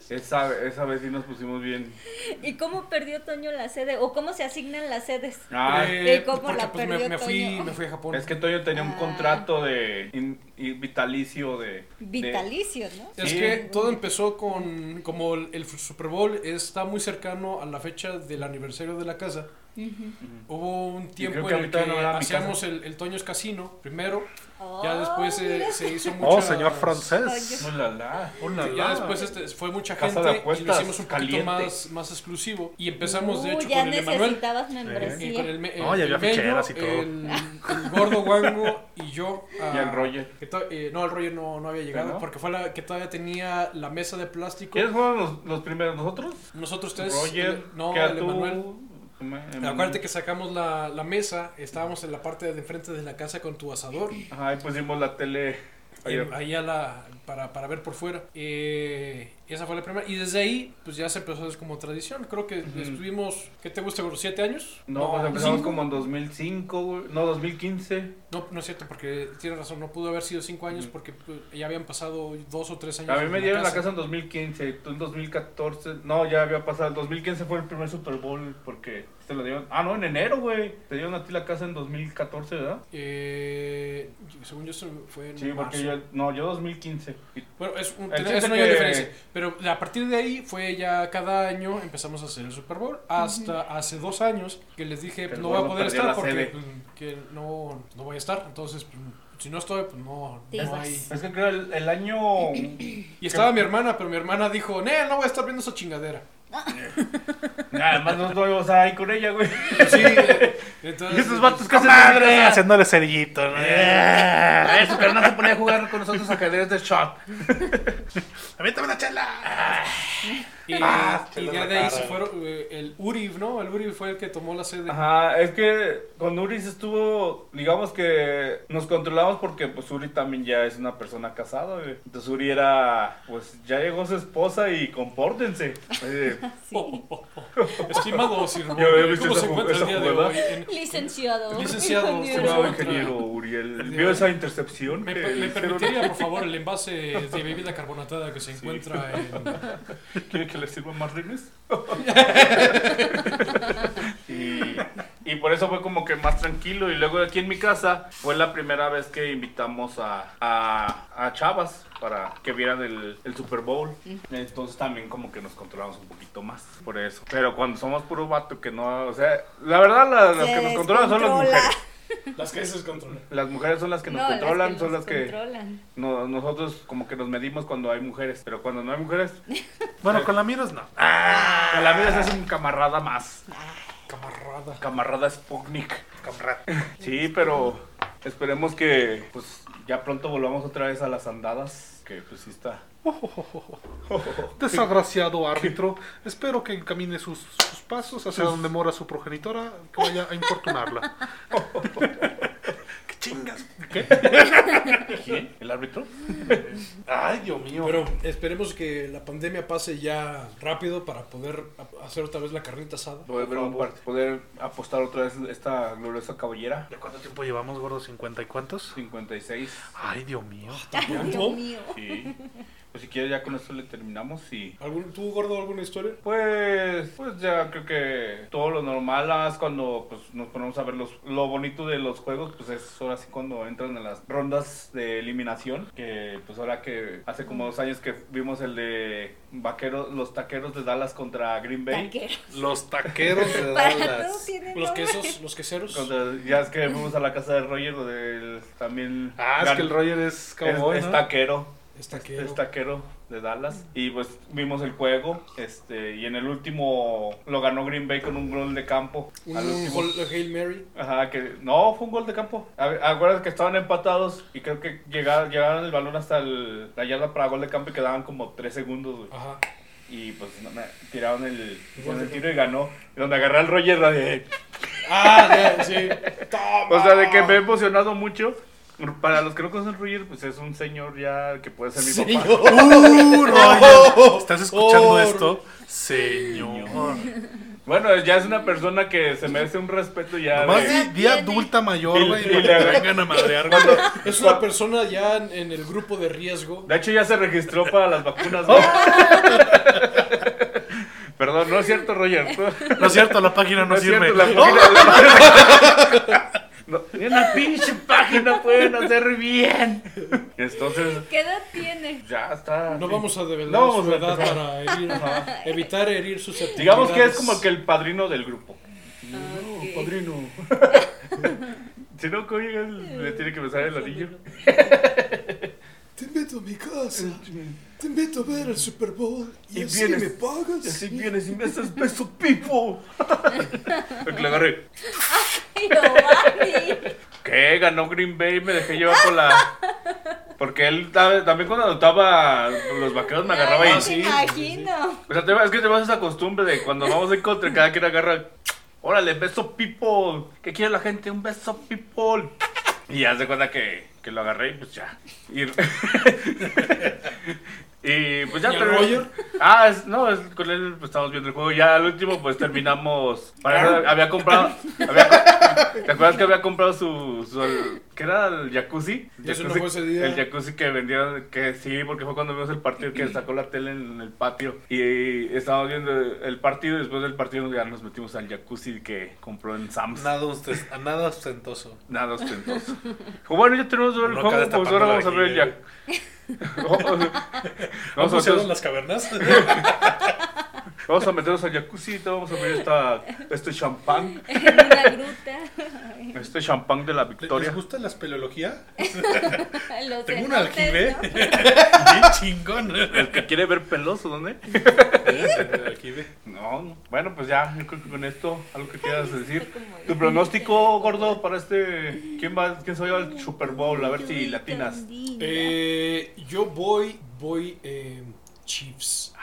Speaker 1: Esa, esa vez sí nos pusimos bien.
Speaker 3: Eh,
Speaker 6: ¿Y cómo perdió Toño la sede? ¿O cómo se asignan las sedes?
Speaker 1: Ah,
Speaker 6: ¿y cómo la
Speaker 3: pues, me,
Speaker 6: perdió
Speaker 3: me fui,
Speaker 6: Toño?
Speaker 3: me fui a Japón.
Speaker 1: es que Toño tenía un
Speaker 6: Ah.
Speaker 1: contrato de in- y vitalicio de. de-
Speaker 6: Vitalicio, ¿no?
Speaker 3: Es
Speaker 1: Sí.
Speaker 3: que todo empezó con, como el, el Super Bowl está muy cercano a la fecha del aniversario de la casa, hubo un
Speaker 1: creo
Speaker 3: tiempo
Speaker 1: que
Speaker 3: en el que
Speaker 1: ahorita no era mi
Speaker 3: hacíamos el, el Toños Casino primero,
Speaker 6: Oh,
Speaker 3: ya después eh, se,
Speaker 6: mira.
Speaker 3: se hizo mucho...
Speaker 2: Oh, señor francés.
Speaker 1: Oh, Ulala.
Speaker 3: Ya después este, fue mucha
Speaker 1: Casa
Speaker 3: gente
Speaker 1: de
Speaker 3: y lo
Speaker 1: apuestas,
Speaker 3: hicimos un poquito
Speaker 1: caliente.
Speaker 3: más, más exclusivo y empezamos de
Speaker 6: Uh,
Speaker 3: hecho
Speaker 6: ya
Speaker 3: con el Emanuel.
Speaker 6: necesitabas
Speaker 3: Y con
Speaker 6: membresía.
Speaker 3: el, me-
Speaker 2: No,
Speaker 3: el-
Speaker 2: ya había
Speaker 3: el Mello,
Speaker 2: ficheras y todo.
Speaker 3: El, el gordo guango y yo. ah,
Speaker 1: Y al Roger.
Speaker 3: que to- eh, no, el Roger no, no había llegado
Speaker 1: ¿Ah, no?
Speaker 3: porque fue la que todavía tenía la mesa de plástico.
Speaker 1: ¿Quiénes fueron los, los primeros? ¿Nosotros?
Speaker 3: Nosotros tres.
Speaker 1: Roger,
Speaker 3: el- no,
Speaker 1: que a
Speaker 3: el
Speaker 1: tú, em,
Speaker 3: Emanuel.
Speaker 1: Emanuel.
Speaker 3: Acuérdate que sacamos la, la mesa, estábamos en la parte de enfrente de la casa con tu asador,
Speaker 1: Ajá, y pusimos pues la tele. eh, ayer.
Speaker 3: em, ahí a la, para, para ver por fuera. Eh, esa fue la primera. Y desde ahí, pues ya se empezó es como tradición. Creo que estuvimos, ¿qué te gusta, gordo? ¿Siete años?
Speaker 1: No, pues empezamos
Speaker 3: cinco.
Speaker 1: como en 2005, güey. No, 2015.
Speaker 3: No, no es cierto, porque tienes razón, no pudo haber sido cinco años porque pues, ya habían pasado dos o tres años.
Speaker 1: A mí
Speaker 3: en
Speaker 1: me dieron la casa en 2015, tú en 2014. No, ya había pasado. 2015 fue el primer Super Bowl porque te lo dieron. Ah, no, en enero, güey. Te dieron a ti la casa en 2014, ¿verdad?
Speaker 3: Eh, yo- según yo, eso fue en
Speaker 1: Sí, porque
Speaker 3: marzo.
Speaker 1: yo. No, yo 2015. Y-
Speaker 3: Bueno, es, un,
Speaker 1: El
Speaker 3: tenemos-
Speaker 1: chiste
Speaker 3: es un año de
Speaker 1: que-
Speaker 3: diferencia. Pero a partir de ahí fue ya cada año empezamos a hacer el Super Bowl. Hasta hace dos años que les dije,
Speaker 1: Que el
Speaker 3: no voy a
Speaker 1: gordo
Speaker 3: poder
Speaker 1: perdió
Speaker 3: estar
Speaker 1: la
Speaker 3: porque
Speaker 1: sede.
Speaker 3: pues, que no, no voy a estar. Entonces, pues, si no estoy, pues no,
Speaker 6: Te
Speaker 3: no
Speaker 6: ibas.
Speaker 3: hay.
Speaker 1: Es que creo el, el año.
Speaker 3: Y estaba mi hermana, pero mi hermana dijo, "Nee, no voy a estar viendo esa chingadera.
Speaker 1: Nada más nos vamos a ir con ella, güey.
Speaker 3: Sí, eh, entonces, pues,
Speaker 1: Y esos vatos que hacen
Speaker 2: Madre,
Speaker 1: mierda.
Speaker 2: haciéndole cerillito. ¿no?
Speaker 1: A ver, su carnal se ponía a jugar con nosotros ajedrez de shot.
Speaker 2: Aviéntame una chela.
Speaker 3: Y,
Speaker 1: Ah,
Speaker 3: y
Speaker 2: chelas
Speaker 3: ya
Speaker 2: la
Speaker 3: de ahí
Speaker 2: cara.
Speaker 3: se fueron. eh, el Uriv, ¿no? El Uriv fue el que tomó la sede.
Speaker 1: Ajá, es que con Uri sí estuvo, digamos que nos controlamos porque pues Uri también ya es una persona casada, güey. Entonces Uri era, pues ya llegó su esposa y compórtense. Eh,
Speaker 6: Sí.
Speaker 3: Estimado Sir
Speaker 1: Ya había
Speaker 3: Robert,
Speaker 1: visto
Speaker 3: ¿cómo
Speaker 1: esa
Speaker 3: se
Speaker 1: ju-
Speaker 3: encuentra el
Speaker 1: esa
Speaker 3: día de hoy?
Speaker 1: jugada.
Speaker 3: En-
Speaker 6: Licenciado.
Speaker 3: Licenciado,
Speaker 1: estimado
Speaker 6: ingeniero.
Speaker 3: usted
Speaker 1: ingeniero Uriel, ¿vio esa intercepción?
Speaker 3: ¿Me,
Speaker 1: que
Speaker 3: me
Speaker 1: le hicieron?
Speaker 3: permitiría, por favor, el envase de bebida carbonatada que se encuentra en...
Speaker 1: ¿Quiere que le sirva más rines? y, y por eso fue como que más tranquilo. Y luego aquí en mi casa fue la primera vez que invitamos a, a, a chavas para que vieran el, el Super Bowl. Entonces también como que nos controlamos un poquito más por eso. Pero cuando somos puro vato que no... O sea, la verdad la- las
Speaker 6: Se
Speaker 1: que nos controlan son las
Speaker 6: descontrola.
Speaker 1: mujeres.
Speaker 3: Las que se descontrolan.
Speaker 1: Las mujeres son las que nos
Speaker 6: No,
Speaker 1: controlan,
Speaker 6: las que
Speaker 1: son
Speaker 6: nos
Speaker 1: las que...
Speaker 6: controlan.
Speaker 1: no- nosotros como que nos medimos cuando hay mujeres, pero cuando no hay mujeres,
Speaker 2: Bueno, con la miras no.
Speaker 1: a la vida se hace un camarada más.
Speaker 3: Camarada.
Speaker 1: Camarada Sputnik. Sí, pero esperemos que pues ya pronto volvamos otra vez a las andadas. Que pues sí está.
Speaker 2: Desagraciado árbitro. Espero que encamine sus, sus pasos hacia donde mora su progenitora, que vaya a importunarla. ¡Qué chingas!
Speaker 1: ¿Quién? ¿eh? ¿El árbitro?
Speaker 2: ¡Ay, Dios mío!
Speaker 3: Pero esperemos que la pandemia pase ya rápido para poder a- hacer otra vez la carnita asada.
Speaker 1: Poder, ver un par- poder apostar otra vez esta gloriosa caballera.
Speaker 2: ¿De cuánto tiempo llevamos, gordo? ¿50 y cuántos?
Speaker 1: 56.
Speaker 2: ¡Ay, Dios mío!
Speaker 6: Ay, Dios mío.
Speaker 1: Sí. Pues si quieres ya con esto le terminamos y.
Speaker 3: ¿Algún, ¿Tú, gordo, alguna historia?
Speaker 1: Pues, pues ya creo que todo lo normal, ah, es cuando pues, nos ponemos a ver los, lo bonito de los juegos, pues es ahora sí cuando entran en las rondas de eliminación, que pues ahora que hace como dos años que vimos el de vaqueros, los taqueros de Dallas contra Green Bay.
Speaker 6: Taquero.
Speaker 2: Los taqueros de
Speaker 6: Para todo
Speaker 2: Dallas.
Speaker 6: tienen
Speaker 3: Los
Speaker 6: nombre.
Speaker 3: quesos, los queseros.
Speaker 1: Contra- ya es que fuimos a la casa de Roger, donde él también...
Speaker 2: Ah, es
Speaker 1: gan-
Speaker 2: que el Roger es
Speaker 1: es-
Speaker 2: cowboy,
Speaker 1: es
Speaker 2: ¿no?
Speaker 1: taquero.
Speaker 3: Está que...
Speaker 1: Es taquero de Dallas. Y pues vimos el juego. Este, y en el último lo ganó Green Bay con un gol de campo.
Speaker 3: Un
Speaker 1: al último.
Speaker 3: gol de Hail Mary.
Speaker 1: Ajá, que no, fue un gol de campo. A- Acuérdate que estaban empatados y creo que llegaron, llegaron el balón hasta el- la yarda para gol de campo y quedaban como 3 segundos, güey.
Speaker 3: Ajá.
Speaker 1: Y pues no, me tiraron el, con el tiro y ganó. Y donde agarré al Roger la de.
Speaker 3: Ah, ya, sí.
Speaker 1: O sea, de que me he emocionado mucho. Para los que no conocen Roger, pues es un señor ya que puede ser mi papá.
Speaker 2: ¡Uh, Roger! ¿Estás escuchando esto? Señor.
Speaker 1: Bueno, ya es una persona que se merece un respeto ya.
Speaker 2: Más
Speaker 1: de-
Speaker 2: de, di adulta mayor,
Speaker 1: Y-
Speaker 2: güey.
Speaker 1: y
Speaker 2: Y
Speaker 1: le-
Speaker 2: le vengan a madrear, güey.
Speaker 3: Es una persona ya en, en el grupo de riesgo.
Speaker 1: De hecho, ya se registró para las vacunas. ¿no? Perdón, no es cierto, Roger. No,
Speaker 2: No es cierto, la página no,
Speaker 1: no es
Speaker 2: sirve.
Speaker 1: cierto, la página- No, ni una pinche página pueden hacer bien. Entonces,
Speaker 6: ¿Qué edad tiene?
Speaker 1: ya está.
Speaker 3: No
Speaker 1: Sí.
Speaker 3: vamos a develar
Speaker 1: No vamos
Speaker 3: su
Speaker 1: a
Speaker 3: edad
Speaker 1: empezar.
Speaker 3: para herir- evitar herir sus
Speaker 1: Digamos que es como que el padrino del grupo.
Speaker 6: Ok.
Speaker 1: Padrino. si no, ¿cómo llega el- le tiene que besar el anillo.
Speaker 3: Te invito a mi casa. Te invito a ver el Super Bowl.
Speaker 1: Y así vienes. me
Speaker 3: pagas.
Speaker 1: Si vienes y me haces beso, pipo. Porque le agarré.
Speaker 6: Giovanni.
Speaker 1: ¿Qué? Ganó Green Bay, me dejé llevar por la. Porque él ta- también cuando anotaba los vaqueros me agarraba
Speaker 6: Ay,
Speaker 1: y.
Speaker 6: no me imagino.
Speaker 1: O sea, te- es que te vas a esa costumbre de cuando vamos en contra, cada quien agarra. Órale, beso people. ¿Qué quiere la gente? Un beso people. Y haz de cuenta que, que lo agarré y pues ya. Y, y, pues ya.
Speaker 3: ¿Y a
Speaker 1: pero-
Speaker 3: Roger?
Speaker 1: Ah, es- no, es- con él pues, estábamos viendo el juego. Ya al último pues terminamos. Para eso había comprado. había co- ¿Te acuerdas que había comprado su. su- ¿Qué era el jacuzzi?
Speaker 3: Yo sí no fue ese día.
Speaker 1: El jacuzzi que vendieron, que sí, porque fue cuando vimos el partido que sacó la tele en el patio. Y estábamos viendo el partido y después del partido ya nos metimos al jacuzzi que compró en Sam's.
Speaker 4: Nada, usted, nada ostentoso.
Speaker 1: Nada ostentoso. Dijo, bueno, ya tenemos el
Speaker 4: No
Speaker 1: juego,
Speaker 4: acabas
Speaker 1: pues ahora
Speaker 4: tapando
Speaker 1: vamos a
Speaker 4: la
Speaker 1: ver el
Speaker 4: vajilla,
Speaker 1: jac- Vamos
Speaker 4: ¿Vamos
Speaker 1: a
Speaker 4: a
Speaker 1: meternos-
Speaker 4: las cavernas?
Speaker 1: Vamos a meternos al jacuzzi, te vamos a abrir esta, este champán,
Speaker 6: En una gruta.
Speaker 1: este champán de la victoria.
Speaker 4: ¿Les gusta la espeleología?
Speaker 6: Los
Speaker 4: Tengo un
Speaker 6: cenotes,
Speaker 4: aljibe.
Speaker 6: ¿no?
Speaker 4: Bien chingón.
Speaker 1: El que quiere ver pelos, ¿o ¿dónde?
Speaker 4: El aljibe.
Speaker 1: No, no. bueno, pues ya, yo creo que con esto, algo que quieras decir. Tu pronóstico, gordo, para este. ¿Quién va, quién se va a llevar al Super Bowl? A ver si latinas.
Speaker 3: Eh, yo voy, voy eh, Chiefs.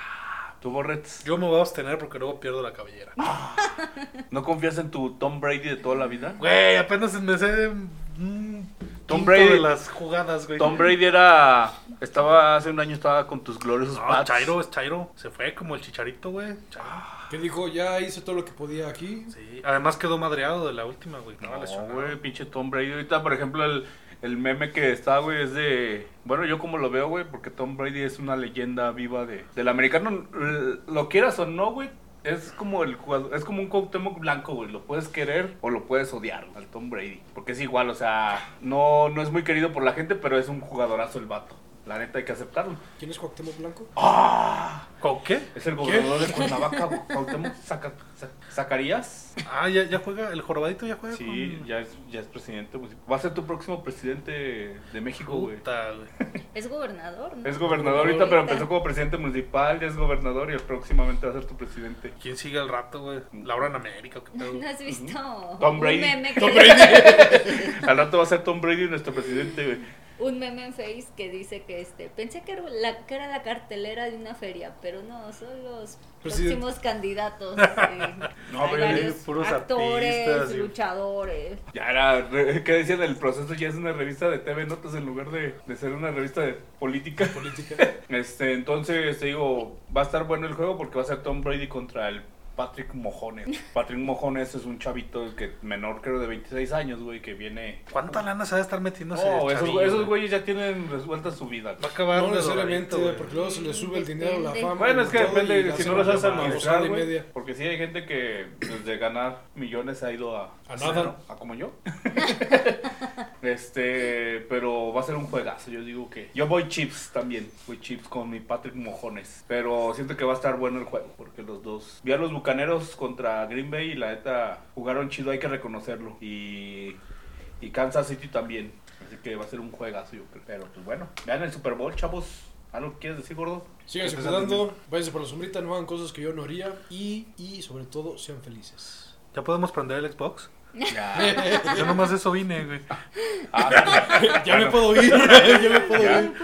Speaker 1: Tu Borrets.
Speaker 4: Yo me voy a abstener porque luego pierdo la cabellera.
Speaker 1: ¿No confías en tu Tom Brady de toda la vida?
Speaker 4: Güey, apenas me sé un
Speaker 1: Tom
Speaker 4: quinto
Speaker 1: Brady.
Speaker 4: de las jugadas, güey.
Speaker 1: Tom Brady era. Estaba hace un año, estaba con tus gloriosos
Speaker 4: No,
Speaker 1: Pats.
Speaker 4: Chairo, es Chairo. Se fue como el chicharito, güey. Chairo.
Speaker 3: Que dijo, ya hice todo lo que podía aquí.
Speaker 4: Sí. Además quedó madreado de la última, güey. Estaba
Speaker 1: No,
Speaker 4: lesionado.
Speaker 1: güey, pinche Tom Brady. Ahorita, por ejemplo, el, el meme que está, güey, es de. Bueno, yo como lo veo, güey, porque Tom Brady es una leyenda viva de, del americano. l- Lo quieras o no, güey. Es como el jugador- es como un Cuauhtémoc blanco, güey. Lo puedes querer o lo puedes odiar al Tom Brady. Porque es igual, o sea, no, no es muy querido por la gente, pero es un jugadorazo el vato. La neta hay que aceptarlo.
Speaker 3: ¿Quién es Cuauhtémoc Blanco?
Speaker 1: Ah,
Speaker 4: ¿Con qué?
Speaker 1: Es el gobernador de Cuernavaca, güey. Cuauhtémoc Zaca- Za- Zacarías.
Speaker 4: Ah, ya, ya juega. El jorobadito ya juega.
Speaker 1: Sí,
Speaker 4: con-
Speaker 1: ya es, ya es presidente municipal. Va a ser tu próximo presidente de México, güey.
Speaker 4: Puta, güey.
Speaker 6: Es gobernador, ¿no?
Speaker 1: Es gobernador ahorita, pero empezó como presidente municipal, ya es gobernador y próximamente va a ser tu presidente.
Speaker 4: ¿Quién sigue al rato, güey? Laura en América, o ¿qué pedo?
Speaker 6: ¿No has visto
Speaker 1: Tom
Speaker 6: un
Speaker 1: Brady.
Speaker 6: meme que-
Speaker 1: Al rato va a ser Tom Brady nuestro presidente, güey.
Speaker 6: un meme en Face que dice que este pensé que era la, que era la cartelera de una feria, pero no, son los
Speaker 3: Presidente.
Speaker 6: próximos candidatos. eh,
Speaker 1: No,
Speaker 6: hay
Speaker 1: pero ya
Speaker 6: varios
Speaker 4: puros
Speaker 6: actores,
Speaker 4: artistas y-
Speaker 6: luchadores.
Speaker 1: Ya era, re- ¿qué decían? El proceso ya es una revista de TV Notas en lugar de, de ser una revista de política. Este, entonces, te digo, va a estar bueno el juego porque va a ser Tom Brady contra el Patrick Mojones. Patrick Mojones es un chavito que menor, creo, de 26 años, güey, que viene...
Speaker 4: ¿Cuánta lana se va a estar metiendo ese
Speaker 1: No, esos,
Speaker 4: chavillo,
Speaker 1: güey- esos güeyes ya tienen resuelta su vida.
Speaker 4: Va a acabar
Speaker 3: No
Speaker 4: de
Speaker 3: necesariamente,
Speaker 4: doradito, güey.
Speaker 3: porque luego se le sube el dinero a la
Speaker 6: Depende.
Speaker 3: fama.
Speaker 1: Bueno, es que
Speaker 3: y todo,
Speaker 1: depende
Speaker 3: y
Speaker 1: de si
Speaker 3: hace
Speaker 1: no lo
Speaker 3: una
Speaker 1: sabes
Speaker 3: babosada
Speaker 1: administrar,
Speaker 3: y
Speaker 1: güey.
Speaker 3: media.
Speaker 1: Porque sí hay gente que pues, de ganar millones ha ido a...
Speaker 3: A
Speaker 1: cero,
Speaker 3: nada.
Speaker 1: A como yo. este, pero va a ser un juegazo, yo digo que... Yo voy chips también, voy chips con mi Patrick Mojones. Pero siento que va a estar bueno el juego, porque los dos... Vi a los Bucaneros contra Green Bay y la neta jugaron chido, hay que reconocerlo. Y, y Kansas City también. Así que va a ser un juegazo, yo creo. Pero pues bueno, vean el Super Bowl, chavos. ¿Algo que quieres decir, gordo?
Speaker 3: Síganse
Speaker 1: ¿Qué te sale?
Speaker 3: cuidando, váyanse por la sombrita, no hagan cosas que yo no haría y, y sobre todo sean felices.
Speaker 4: ¿Ya podemos prender el Xbox?
Speaker 1: Ya.
Speaker 4: Yo nomás de eso vine, güey.
Speaker 1: Ah,
Speaker 3: Ya me puedo ir, ya me puedo
Speaker 1: Ya.
Speaker 3: ir.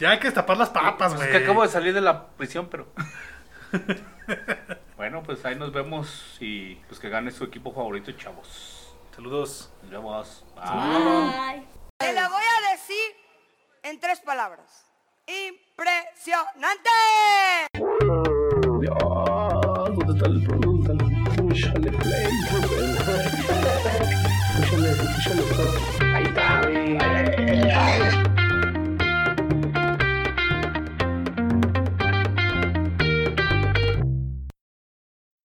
Speaker 4: Ya hay que destapar las papas,
Speaker 1: pues
Speaker 4: güey.
Speaker 1: es que acabo de salir de la prisión, pero. Bueno, pues ahí nos vemos y pues que gane su equipo favorito, chavos.
Speaker 4: Saludos.
Speaker 1: Nos vemos. Bye.
Speaker 6: Ay.
Speaker 10: Te la voy a decir en tres palabras. Impresionante.
Speaker 11: ¿Dónde está el producto? Púchale play, Rubén. Púchale, púchale play. Ahí está, güey.